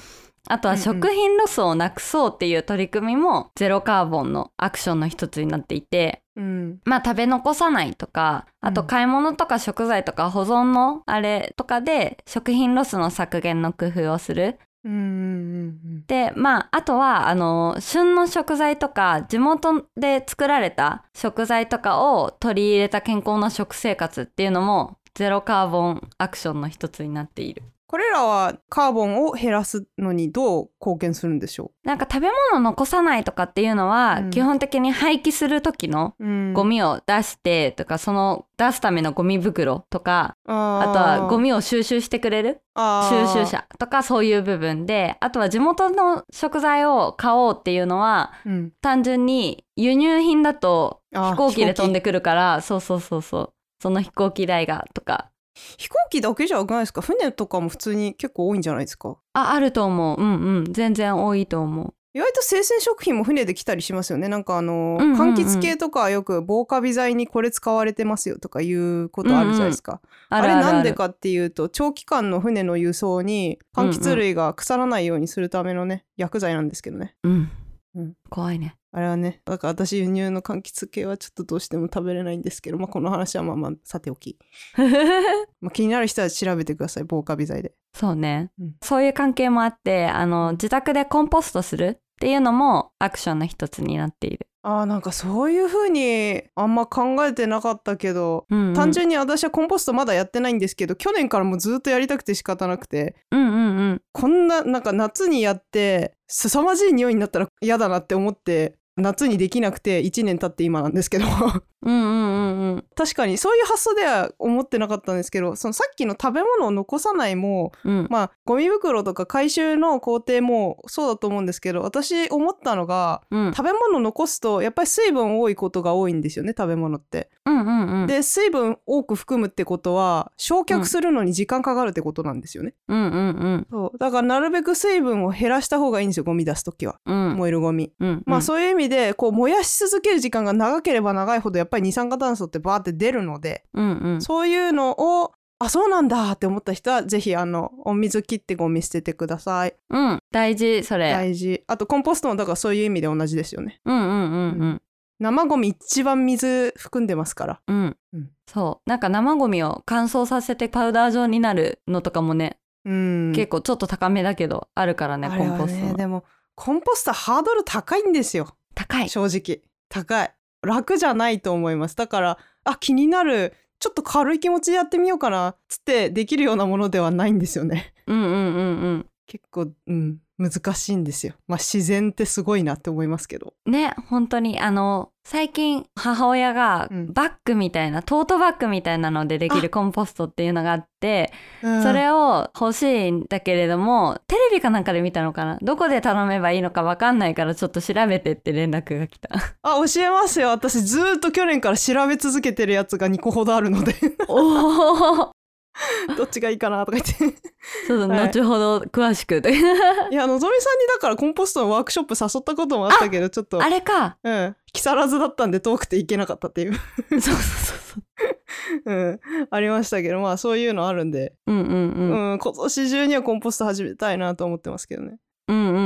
B: あとは食品ロスをなくそうっていう取り組みもゼロカーボンのアクションの一つになっていて
A: うん
B: まあ食べ残さないとかあと
A: うん
B: 買い物とか食材とか保存のあれとかで食品ロスの削減の工夫をする
A: うんうん
B: でまああとはあの旬の食材とか地元で作られた食材とかを取り入れた健康な食生活っていうのもゼロカーボンアクションの一つになっている。
A: これらはカーボンを減らすのにどう貢献するんでしょ
B: なんか食べ物残さないとかっていうのは、
A: うん
B: 基本的に廃棄する時の
A: う、うん
B: ゴミを出してとかその出すためのゴミ袋とか
A: あ
B: あとはゴ
A: ミ
B: ミを収集してくれる収
A: 収
B: 集、車とかそういう部分であとは地元の食材を買おうっていうのは
A: うん、
B: 単純に輸入品だと
A: あー
B: 飛行機で飛んでくるからそうそうそうそうその飛行機代がとか
A: 飛行機だけじゃないですか船とかも普通に結構多いんじゃないですか
B: ああると思ううんうん全然多いと思
A: 意外と生鮮食品も船で来たりしますよねなんかあの、
B: うんうんうん
A: 柑橘系とかはよく防カビ剤にこれ使われてますよとかいうことあるじゃないですか、
B: うあ
A: あ
B: る
A: れ
B: あるある
A: なんでかっていうと長期間の船の輸送に柑橘類が腐らないようにするためのね、薬剤なんですけどね
B: うん、
A: うん
B: 怖い ね
A: あれはねだから私輸入の柑橘系はちょっとどうしても食べれないんですけど、まあ、この話はまあまあさておき、まあ、気になる人は調べてください防カビ剤で
B: そうね、
A: うん
B: そういう関係もあってあの自宅でコンポストするっていうのもアクションの一つになっている、
A: あーなんかそういう風にあんま考えてなかったけど、
B: うんうん
A: 単純に私はコンポストまだやってないんですけど去年からもうずっとやりたくて仕方なくて
B: うんうんうん
A: こんななんか夏にやって凄まじい匂いになったら嫌だなって思って夏にできなくて1年経って今なんですけど
B: うんうんうんうん
A: 確かにそういう発想では思ってなかったんですけどそのさっきの食べ物を残さないも
B: うん
A: まあゴミ袋とか回収の工程もそうだと思うんですけど私思ったのが
B: うん
A: 食べ物残すとやっぱり水分多いことが多いんですよね食べ物って。
B: うんうんうん
A: で水分多く含むってことは焼却するのに時間かかるってことなんですよね。
B: うんうんうん
A: そうだからなるべく水分を減らした方がいいんですよゴミ出す時は
B: うん
A: 燃えるゴミ。
B: うん
A: まあそういう意味でこう燃やし続ける時間が長ければ長いほどやっぱり二酸化炭素ってバーって出るので
B: うんうん
A: そういうのをあそうなんだって思った人はぜひあのお水切ってゴミ捨ててください。
B: うん大事それ、
A: 大事。あとコンポストもだからそういう意味で同じですよね。
B: うんうんうんうん
A: 生ゴミ一番水含んでますから。
B: うん、
A: うん
B: そうなんか生ゴミを乾燥させてパウダー状になるのとかもね、
A: うん
B: 結構ちょっと高めだけどあるからね
A: あ
B: コ
A: れは
B: ンポストの
A: でもコンポストハードル高いんですよ
B: 高い
A: 正直高い楽じゃないと思いますだからあ気になるちょっと軽い気持ちでやってみようかなつってできるようなものではないんですよね
B: うんうんうん
A: 結構、うん、難しいんですよまあ自然ってすごいなって思いますけど
B: うんね本当にあの最近母親が
A: うん
B: バッグみたいな、トートバッグみたいなのでできるコンポストっていうのがあってそれを欲しいんだけれどもテレビかなんかで見たのかなどこで頼めばいいのかわかんないからちょっと調べてって連絡が来た
A: あ教えますよ私ずーっと去年から調べ続けてるやつが2個ほどある ので
B: おお
A: どっちがいいかなとか言って
B: ちょっと後ほど詳しく、
A: いやのぞみさんにだからコンポストのワークショップ誘ったこともあったけどちょっと
B: あれか
A: うん、木更津だったんで遠くて行けなかったっていう、
B: そうそうそうそう。
A: うん、ありましたけどまあそういうのあるんで、
B: うんうん
A: う
B: うん。
A: ん今年中にはコンポスト始めたいなと思ってますけどね、
B: うんうんうんう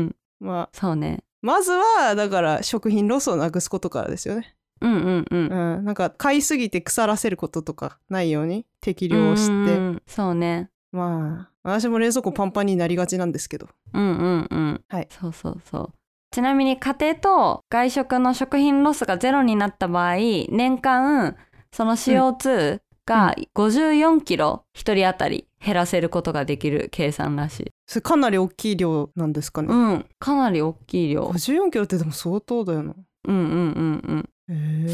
B: ん。
A: まあ、
B: そうね。
A: まずはだから食品ロスをなくすことからですよね
B: うんうんうん
A: うん、なんか買いすぎて腐らせることとかないように適量をし
B: うんうん
A: て
B: うんそうね
A: まあ私も冷蔵庫パンパンになりがちなんですけど
B: うんうんうん
A: はい
B: そうそうそうちなみに家庭と外食の食品ロスがゼロになった場合年間その CO2 が54キロ一人当たり減らせることができる計算らしい
A: それかなり大きい量なんですかね、
B: うんかなり大きい量
A: 54キロってでも相当だよな
B: うんうんうんうん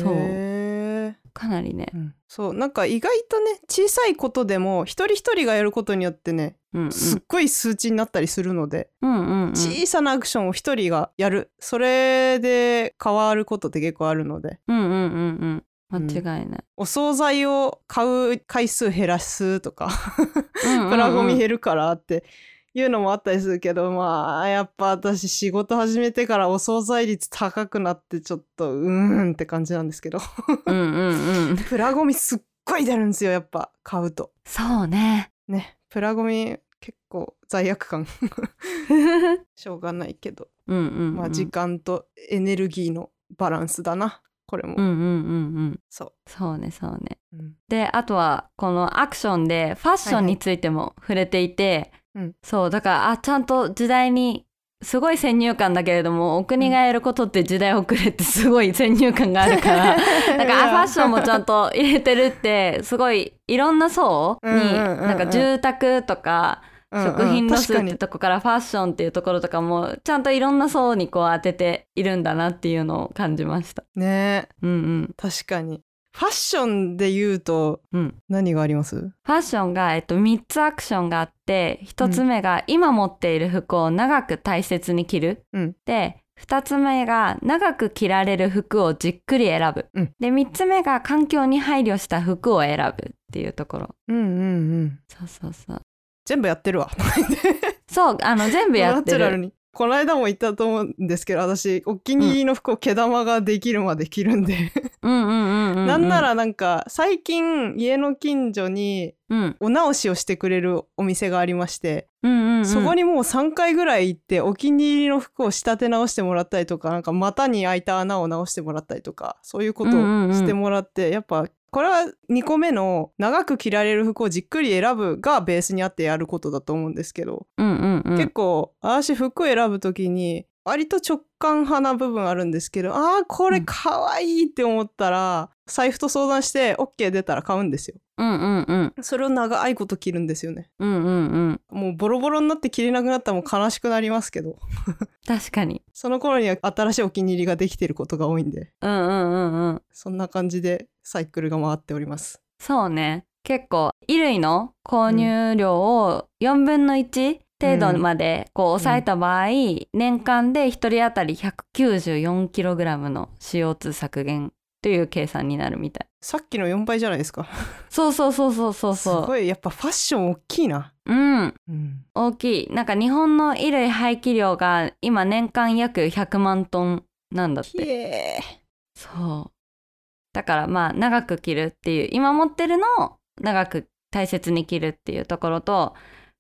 A: へえ
B: かなりね
A: うんそうなんか意外とね小さいことでも一人一人がやることによってね
B: うんうん
A: すっごい数値になったりするので、
B: うんうんうん
A: 小さなアクションを一人がやるそれで変わることって結構あるので
B: うんうんうんうん間違いない
A: お惣菜を買う回数減らすとか
B: う んうんうん
A: プラゴミ減るからっていうのもあったりするけど、まあやっぱ私仕事始めてからお惣菜率高くなってちょっとうーんって感じなんです けど
B: うんうんうん
A: プラゴミすっごい出るんですよやっぱ買うと
B: そうね
A: ねプラゴミ結構罪悪 感しょうがないけど、
B: うんうんうん
A: まあ時間とエネルギーのバランスだなこれも、
B: うんうんうんうん
A: そ
B: そうねそうね
A: う、うん
B: であとはこのアクションでファッションについても触れていて、
A: はいはいうん
B: そうだからあちゃんと時代にすごい先入観だけれどもお国がやることって時代遅れってすごい先入観があるか ら だからファッションもちゃんと入れてるってすごいいろんな層に
A: うんうんうんうん
B: なんか住宅とか食品ロス
A: うん
B: っ
A: うん
B: て
A: 確か
B: とこからファッションっていうところとかもちゃんといろんな層にこう当てているんだなっていうのを感じました。
A: にね
B: うんうん
A: 確かにファッションで言うと
B: うん
A: 何があります
B: ファッションが、えっと、3つアクションがあって1つ目が今持っている服を長く大切に着る、
A: うん
B: で2つ目が長く着られる服をじっくり選ぶ、
A: うん
B: で3つ目が環境に配慮した服を選ぶっていうところ
A: うんうんうん
B: そうそうそう
A: 全部やってるわ
B: そうあの全部やって
A: ナチュラル
B: る
A: にこの間も言ったと思うんですけど私お気に入りの服を毛玉ができるまで着るんで、
B: うんうんうんうん、うん、
A: なんならなんか最近家の近所に
B: うん
A: お直しをしてくれるお店がありまして、
B: うんうんうん
A: そこにもう3回ぐらい行ってお気に入りの服を仕立て直してもらったりとかなんか股に開いた穴を直してもらったりとかそういうことをしてもらって、やっぱこれは2個目の長く着られる服をじっくり選ぶがベースにあってやることだと思うんですけど、
B: うんうんうん
A: 結構私服選ぶ時に割と直感派な部分あるんですけどあーこれ可愛いって思ったら、財布と相談して OK 出たら買うんですよ
B: うんうんうん
A: それを長いこと着るんですよね
B: うんうんうん
A: もうボロボロになって着れなくなったらもう悲しくなりますけど
B: 確かに
A: その頃には新しいお気に入りができてることが多いんで
B: うんうんうんうん
A: そんな感じでサイクルが回っております
B: そうね結構衣類の購入量を4分の1程度までこう抑えた場合、年間で1人当たり 194kg の CO2 削減という計算になるみたい
A: さっきの4倍じゃないですか
B: そうそうそうそうそう
A: す
B: そ
A: ごいやっぱファッション大きいな、
B: ううん
A: うん、
B: 大きいなんか日本の衣類廃棄量が今年間約100万トンなんだっ
A: ひ
B: て
A: え
B: そうだからまあ長く着るっていう今持ってるのを長く大切に着るっていうところと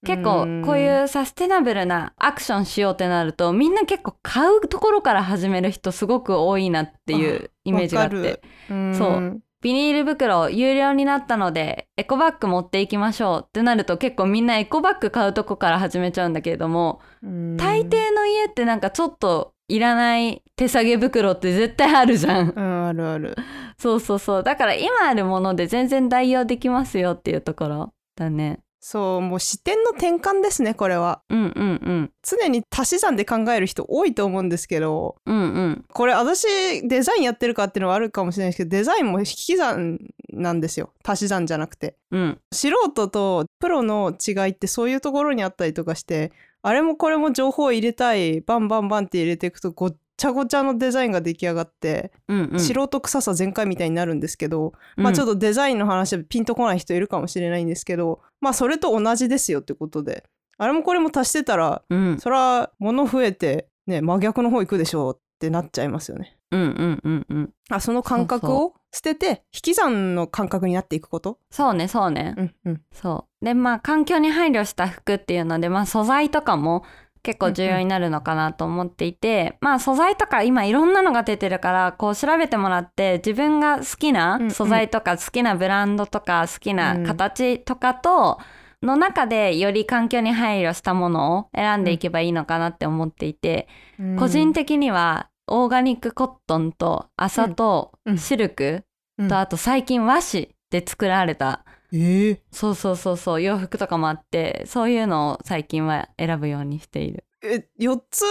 B: 結構こういうサステナブルなアクションしようってなるとみんな結構買うところから始める人すごく多いなっていうイメージがあっ
A: わかる
B: て
A: うん
B: そうビニール袋有料になったのでエコバッグ持っていきましょうってなると結構みんなエコバッグ買うとこから始めちゃうんだけれども
A: うん
B: 大抵の家ってなんかちょっといらない手提げ袋って絶対あるじゃん
A: うんあるある
B: そうそうそうだから今あるもので全然代用できますよっていうところだね
A: そうもう視点の転換ですねこれは
B: うんうんうん
A: 常に足し算で考える人多いと思うんですけど
B: うんうん
A: これ私デザインやってるかっていうのはあるかもしれないですけどデザインも引き算なんですよ足し算じゃなくて
B: うん
A: 素人とプロの違いってそういうところにあったりとかしてあれもこれも情報を入れたいバンバンバンって入れていくとごっちゃごちゃのデザインが出来上がって、
B: うんうん
A: 素人臭さ全開みたいになるんですけど、まあちょっとデザインの話はピンとこない人いるかもしれないんですけど、まあそれと同じですよってことで、あれもこれも足してたら、
B: うん
A: そりゃ物増えて、ね、真逆の方行くでしょうってなっちゃいますよね。
B: うんうんうんうん
A: あ、その感覚
B: そ
A: を捨てて、引き算の感覚になっていくこと
B: そうねそうね、
A: うんうん。
B: そうでまあ環境に配慮した服っていうのでまあ素材とかも結構重要になるのかなと思っていて、まあ素材とか今いろんなのが出てるからこう調べてもらって自分が好
A: うん
B: き
A: うん
B: な素材とか好きなブランドとか好きな形とかとの中でより環境に配慮したものを選んでいけばいいのかなって思っていて、
A: うん
B: 個人的にはオーガニックコットンと麻と
A: うんうん
B: シルク
A: うん
B: とあと最近和紙で作られた
A: ええ
B: そうそうそうそう洋服とかもあってそういうのを最近は選ぶようにしている。
A: え4つ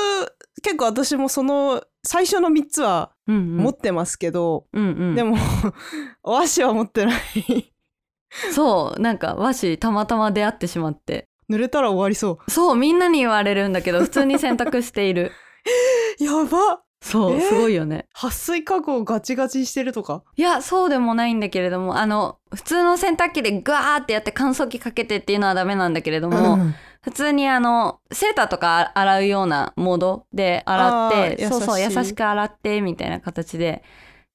A: 結構私もその最初の3つは
B: うんうん、
A: 持ってますけど、
B: うんうん、
A: でも お箸は持ってない
B: そうなんか和紙たまたま出会ってしまって
A: 濡れたら終わりそ
B: そうみんなに言われるんだけど普通に洗濯している
A: う やば
B: そう、
A: えー
B: すごいよね
A: 撥水加工ガチガチしてるとか
B: いやそうでもないんだけれどもあの普通の洗濯機でガーってやって乾燥機かけてっていうのはダメなんだけれども、
A: うん
B: 普通にあのセーターとか洗うようなモードで洗っ
A: あー
B: てそうそう
A: 優
B: 優
A: しい
B: しく洗ってみたいな形で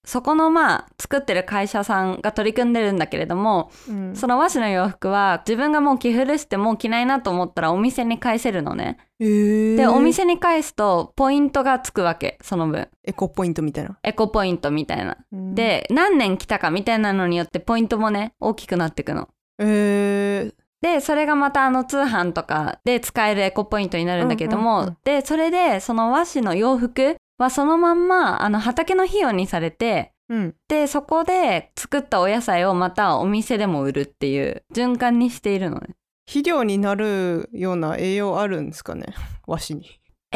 B: そこのまあ作ってる会社さんが取り組んでるんだけれども
A: うん
B: その和紙の洋服は自分がもう着古してもう着ないなと思ったらお店に返せるのね。
A: えー
B: でお店に返すとポイントがつくわけその分
A: エコポイントみたいな、
B: エコポイントみたいな。で何年着たかみたいなのによってポイントもね大きくなってくの。
A: えー
B: でそれがまたあの通販とかで使えるエコポイントになるんだけど
A: うん
B: も、
A: うんうん
B: でそれでその和紙の洋服はそのまんまあの畑の費用にされて
A: うん
B: でそこで作ったお野菜をまたお店でも売るっていう循環にしているのね。
A: 肥料になるような栄養あるんですかね 和紙に、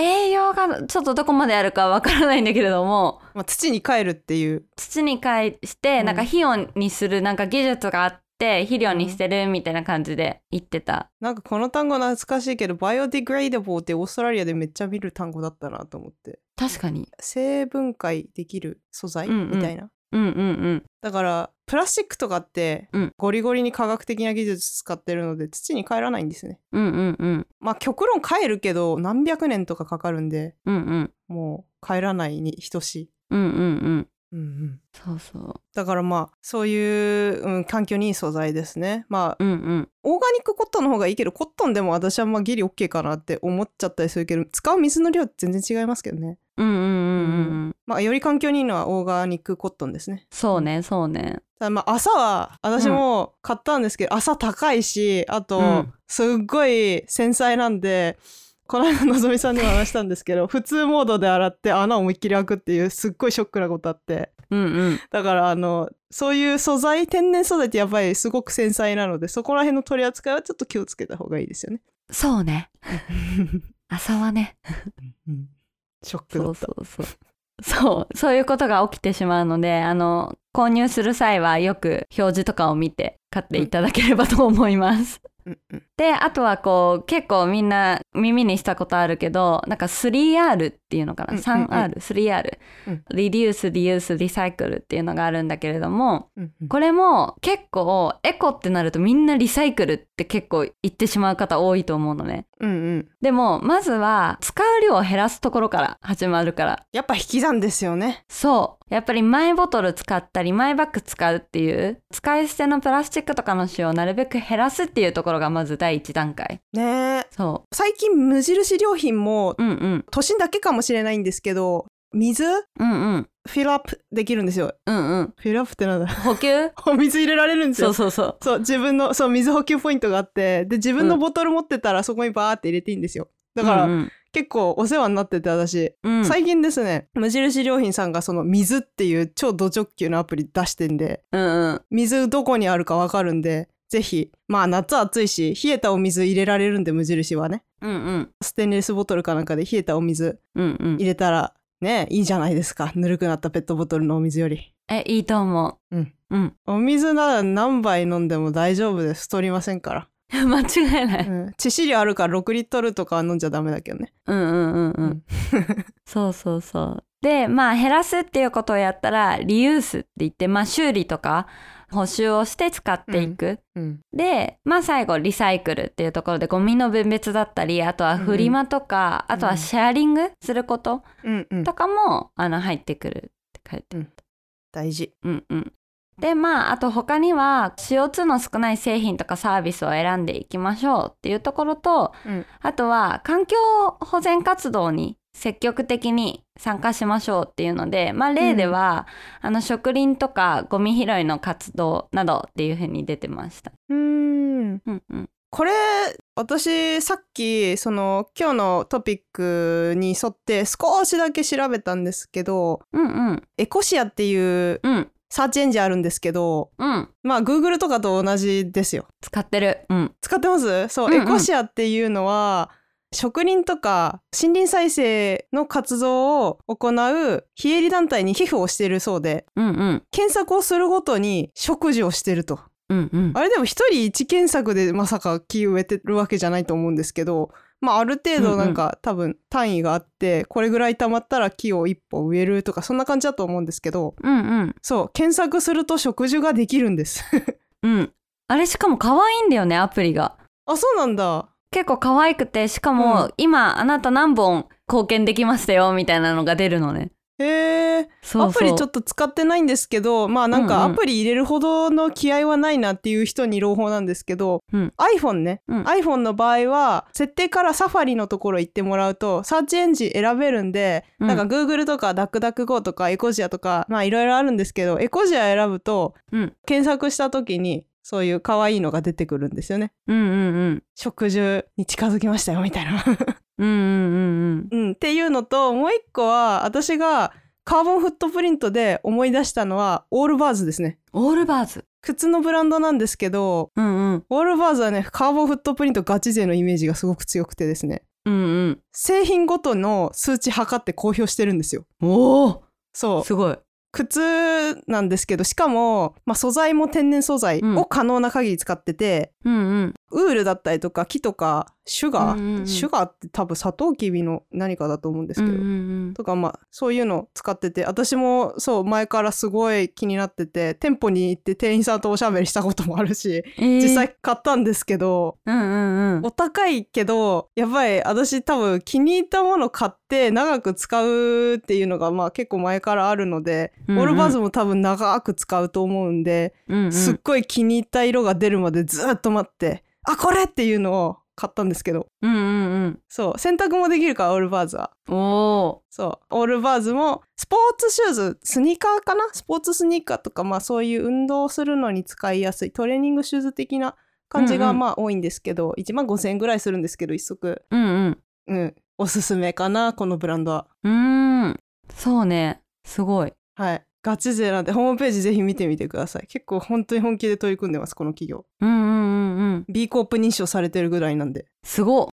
B: 栄養がちょっとどこまであるかわからないんだけれども
A: まあ、土に帰るっていう
B: 土に返し
A: う
B: て
A: ん
B: なんか肥料にするなんか技術があって肥料にしてるみたいな感じで言ってた。
A: なんかこの単語懐かしいけどバイオディグレイダブルってオーストラリアでめっちゃ見る単語だったなと思って
B: 確かに。
A: 成分解できる素材
B: うんうん
A: みたいな、
B: うんうんうん。
A: だからプラスチックとかって
B: うん
A: ゴリゴリに科学的な技術使ってるので土に帰らないんですね
B: うんうんうん。
A: まあ極論帰るけど何百年とかかかるんで
B: うんうん。
A: もう帰らないに等しい、
B: うんうんうん。
A: うんうん、
B: そうそう。
A: だからまあそういう、うん、環境にいい素材ですねまあ
B: うんうん。
A: オーガニックコットンの方がいいけどコットンでも私はまあギリ OK かなって思っちゃったりするけど使う水の量全然違いますけどね
B: うんうんうんうんうん。
A: まあより環境にいいのはオーガニックコットンですね
B: そうねそうね。
A: ただまあ朝は私も買ったんですけど、朝高いしあと、
B: うん
A: すっごい繊細なんでこの間のぞみさんにも話したんですけ ど普通モードで洗って穴を思いっきり開くっていうすっごいショックなことあって
B: うんうん。
A: だからあのそういう素材天然素材ってやっぱりすごく繊細なのでそこら辺の取り扱いはちょっと気をつけた方がいいですよね。
B: そう ね。朝はね。
A: ショックだ
B: そ
A: っ
B: う
A: た。
B: そうそう。そうそういうことが起きてしまうのであの購入する際はよく表示とかを見て買っていただければと思います。
A: うんうん
B: であとはこう結構みんな耳にしたことあるけどなんか 3R っていうのかな、
A: うんうんうん
B: 3R3R、
A: うん
B: リデュースリユースリサイクルっていうのがあるんだけれども
A: うんうん
B: これも結構エコってなるとみんなリサイクルって結構言ってしまう方多いと思うのね。
A: うんうん
B: でもまずは使う量を減らすところから始まるから
A: やっぱ引き算ですよね。
B: そうやっぱりマイボトル使ったりマイバッグ使うっていう使い捨てのプラスチックとかの使用をなるべく減らすっていうところがまず第一段階
A: ねえ
B: そ
A: 最近無印良品も
B: ううんうん
A: 都心だけかもしれないんですけど水
B: うんうん
A: フィルアップできるんですよ。
B: うんうん
A: フィルアップってなんだ
B: 補給
A: お水入れられるんです
B: そ
A: よ。
B: う
A: そう
B: そうそう
A: 自分のそう水補給ポイントがあってで自分のボトル持ってたらそこにバーって入れていいんですよ。だから、
B: うん
A: 結構お世話になってて私、
B: うんうん
A: 最近ですね無印良品さんがその水っていう超ド直球のアプリ出してんで
B: うんうん
A: 水どこにあるかわかるんでぜひまあ夏暑いし冷えたお水入れられるんで無印はね
B: うんうん
A: ステンレスボトルかなんかで冷えたお水
B: うんうん
A: 入れたらねいいじゃないですかぬるくなったペットボトルのお水より
B: えいいと思う
A: うん
B: うん
A: お水なら何杯飲んでも大丈夫です太りませんから、
B: 間違いな
A: う
B: い
A: ん、致死量あるから6リットルとかは飲んじゃダメだけどね
B: うんうんうんう
A: うん
B: そうそうそうでまあ減らすっていうことをやったらリユースって言ってまあ修理とか補修をして使っていく、
A: うん
B: で、まあ、最後リサイクルっていうところでゴミの分別だったりあとはフリマとか、
A: うんうん
B: あとはシェアリングすること
A: うんうん
B: とかも、あの入ってくるって書いて
A: 大事
B: うんうんでまああと他には CO2 の少ない製品とかサービスを選んでいきましょうっていうところと、
A: うん
B: あとは環境保全活動に積極的に参加しましょうっていうので、まあ、例では、あの植林とかゴミ拾いの活動などっていうふうに出てました。
A: うん
B: うんうん
A: これ私さっきその今日のトピックに沿って少しだけ調べたんですけど
B: うんうん
A: エコシアっていう
B: うん
A: サーチエンジンあるんですけど
B: うん
A: まあ Google とかと同じですよ。
B: 使ってる。うん
A: 使ってますそう、
B: うんうん
A: エコシアっていうのは植林とか森林再生の活動を行う非営利団体に寄付をしているそうで
B: うんうん
A: 検索をするごとに植樹をしてると
B: うんうん
A: あれでも一人一検索でまさか木植えてるわけじゃないと思うんですけど、まあ、ある程度なんか、多分単位があってこれぐらい溜まったら木を一歩植えるとかそんな感じだと思うんですけど
B: うんうん
A: そう検索すると植樹ができるんです
B: うんあれしかも可愛いんだよねアプリが。
A: あそうなんだ
B: 結構可愛くてしかも、
A: うん
B: 今あなた何本貢献できましたよみたいなのが出るのね
A: へえ
B: そうそう
A: アプリちょっと使ってないんですけどまあなんか
B: うん
A: ア
B: うん
A: プリ入れるほどの気合はないなっていう人に朗報なんですけど、
B: うん
A: iPhone ね、
B: うん
A: iPhone の場合は設定からサファリのところ行ってもらうとサーチエンジン選べるんで、
B: うん
A: なんか Google とか DuckDuckGo とかエコジアとかまあいろいろあるんですけどエコジア選ぶと
B: うん
A: 検索した時にそういう可愛いのが出てくるんですよね。
B: うんうんうん
A: 食事に近づきましたよみたいな。
B: うんうんうん
A: うん、っていうのともう一個は私がカーボンフットプリントで思い出したのはオールバーズですね
B: オールバーズ
A: 靴のブランドなんですけど
B: うんうん
A: オールバーズはねカーボンフットプリントガチ勢のイメージがすごく強くてですね
B: うん
A: 製品ごとの数値測って公表してるんですよ
B: うんおお
A: そう
B: すごい
A: 靴なんですけどしかも、まあ、素材も天然素材
B: うん
A: を可能な限り使ってて、
B: うんうん
A: ウールだったりとか木とかシュガー、
B: うんうんうん
A: シュガーって多分サトウキビの何かだと思うんです
B: うん
A: け
B: う
A: ど、
B: ん
A: とかまあそういうの使ってて私もそう前からすごい気になってて店舗に行って店員さんとおしゃべりしたこともあるし
B: えー
A: 実際買ったんですけど、
B: うんうんうん
A: お高いけどやばい私多分気に入ったもの買って長く使うっていうのがまあ結構前からあるので、
B: うんうん
A: オールバズも多分長く使うと思うんで、
B: うんうん
A: すっごい気に入った色が出るまでずっと待ってあこれっていうのを買ったんですけど
B: うんうん
A: そう洗濯もできるからオールバーズは。
B: うんお
A: そうオールバーズもスポーツシューズスニーカーかなスポーツスニーカーとかまあそういう運動するのに使いやすいトレーニングシューズ的な感じ
B: うん
A: が
B: うん
A: まあ多いんですけど、1万5,000円ぐらいするんですけど一足、
B: うんうん
A: うん、おすすめかなこのブランドは
B: うんうーんそうねすごい
A: はいガチ勢なんでホームページぜひ見てみてください結構本当に本気で取り組んでますこの企業
B: うんうんうんうん
A: B コープ認証されてるぐらいなんです
B: ごっ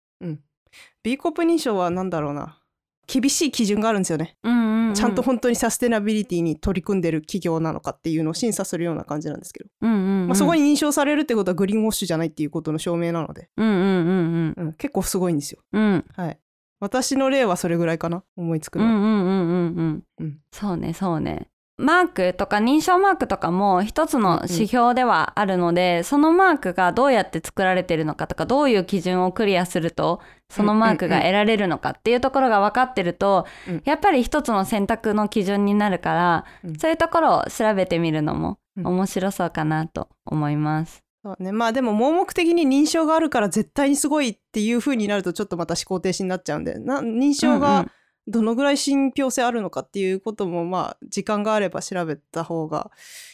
A: B コープ認証は何だろうな厳しい基準があるんですよね
B: うんうんう
A: ちゃんと本当にサステナビリティに取り組んでる企業なのかっていうのを審査するような感じなんですけど、
B: うんうんうん
A: まあ、そこに認証されるってことはグリーンウォッシュじゃないっていうことの証明なので、
B: うんうんうん
A: うん、結構すごいんですよ。
B: うんうん
A: はい、私の例はそれぐらいかな思いつく
B: う
A: のは。
B: んうんうんうん
A: う
B: うんんそうねそうねマークとか認証マークとかも一つの指標ではあるので、そのマークがどうやって作られてるのかとかどういう基準をクリアするとそのマークが得られるのかっていうところが分かってると、
A: うん
B: やっぱり一つの選択の基準になるから、
A: うん
B: そういうところを調べてみるのも
A: うん
B: 面白そうかなと思います。
A: そうね、まあでも盲目的に認証があるから絶対にすごいっていう風になるとちょっとまた思考停止になっちゃうんでな認証
B: うんう
A: が
B: ん
A: どのぐらい信憑性あるのかっていうこともまあ時間があれば調べた方が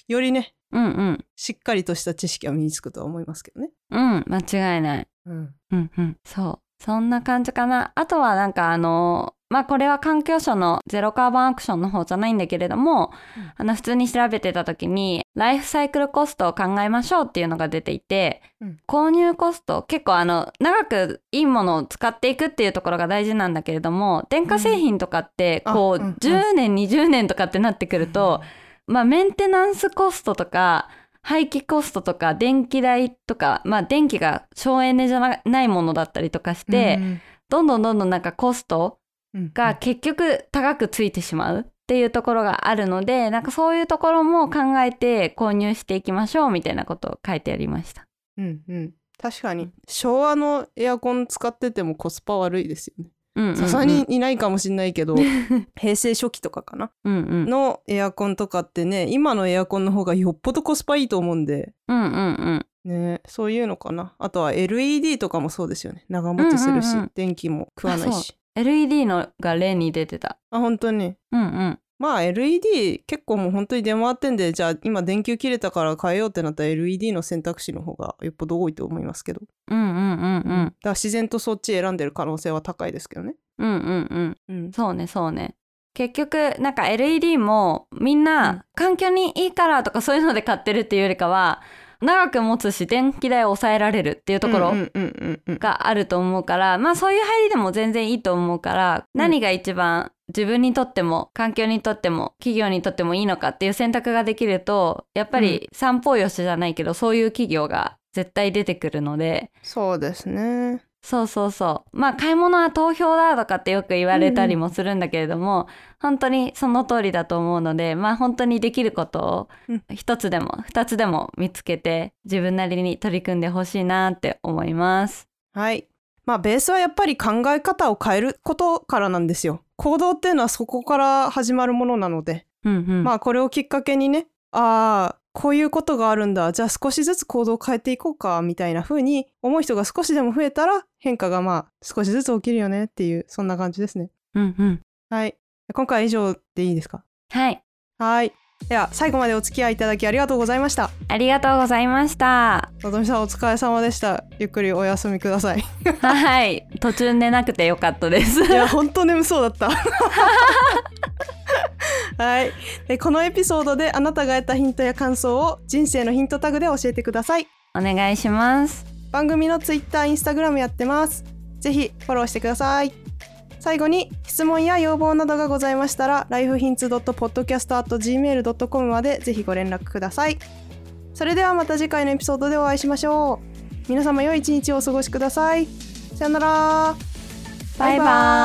A: よりね
B: うんうん
A: しっかりとした知識は身につくとは思いますけどね。
B: うん間違いない。
A: うん
B: うんうん、そうそんな感じかなあとはなんかあのまあこれは環境省のゼロカーボンアクションの方じゃないんだけれども、
A: うん
B: あの普通に調べてた時にライフサイクルコストを考えましょうっていうのが出ていて、
A: うん
B: 購入コスト結構あの長くいいものを使っていくっていうところが大事なんだけれども電化製品とかって
A: うん
B: こ
A: あ
B: う、
A: うんうん
B: 10年20年とかってなってくると、まあ、メンテナンスコストとか廃棄コストとか電気代とか、まあ、電気が省エネじゃなないものだったりとかして、どんどんどんどんなんかコスト
A: うん、
B: が結局高くついてしまうっていうところがあるのでなんかそういうところも考えて購入していきましょうみたいなことを書いてありました。
A: うんうん確かに、昭和のエアコン使っててもコスパ悪いですよね
B: うんうんうん
A: さすが にいないかもしれないけど平成初期とかかな
B: うんうん
A: のエアコンとかってね今のエアコンの方がよっぽどコスパいいと思うんで、
B: うんうんうん
A: ね、そういうのかなあとは LED とかもそうですよね長持ちするし、
B: うんうんうん
A: 電気も食わない
B: あそ
A: し
B: LED のが例に出てた
A: あ本当に
B: うんうん
A: まあ LED 結構もう本当に出回ってんでじゃあ今電球切れたから変えようってなったら LED の選択肢の方がよっぽど多いと思いますけど、
B: うんうんうんう
A: だ
B: ん
A: から自然とそっち選んでる可能性は高いですけどね。
B: うんうんうん
A: うん、
B: そうねそうね結局なんか LED もみん
A: うん
B: な環境にいいからとかそういうので買ってるっていうよりかは長く持つし電気代を抑えられるっていうところ
A: うんうんうんうんうん
B: があると思うからまあそういう入りでも全然いいと思うから
A: うん
B: 何が一番自分にとっても環境にとっても企業にとってもいいのかっていう選択ができるとやっぱり三方よしじゃないけどそういう企業が絶対出てくるので
A: そうですね。
B: そうそうそうまあ買い物は投票だとかってよく言われたりもするんだけれども、本当にその通りだと思うのでまあ本当にできること
A: うん
B: を一つでも二つでも見つけて自分なりに取り組んでほしいなって思います。
A: はい。まあベースはやっぱり考え方を変えることからなんですよ。行動っていうのはそこから始まるものなので、
B: うんうん、
A: まあこれをきっかけにねああこういうことがあるんだじゃあ少しずつ行動を変えていこうかみたいな風に思う人が少しでも増えたら変化がまあ少しずつ起きるよねっていうそんな感じですね。
B: うんうん
A: はい。今回は以上でいいですか
B: はい、
A: はい。では最後までお付き合いいただきありがとうございました。
B: ありがとうございました。
A: のぞみさんお疲れ様でした。ゆっくりお休みください。い
B: はい、途中寝なくてよかったです。
A: や、本当眠そうだった。 はい、でこのエピソードであなたが得たヒントや感想を人生のヒントタグで教えてください
B: お願いします。
A: 番組のツイッター、インスタグラムやってます。ぜひフォローしてください。最後に質問や要望などがございましたら lifehints.podcast.gmail.com までぜひご連絡ください。それではまた次回のエピソードでお会いしましょう。皆様良い一日をお過ごしください。さよなら。
B: バイバイ。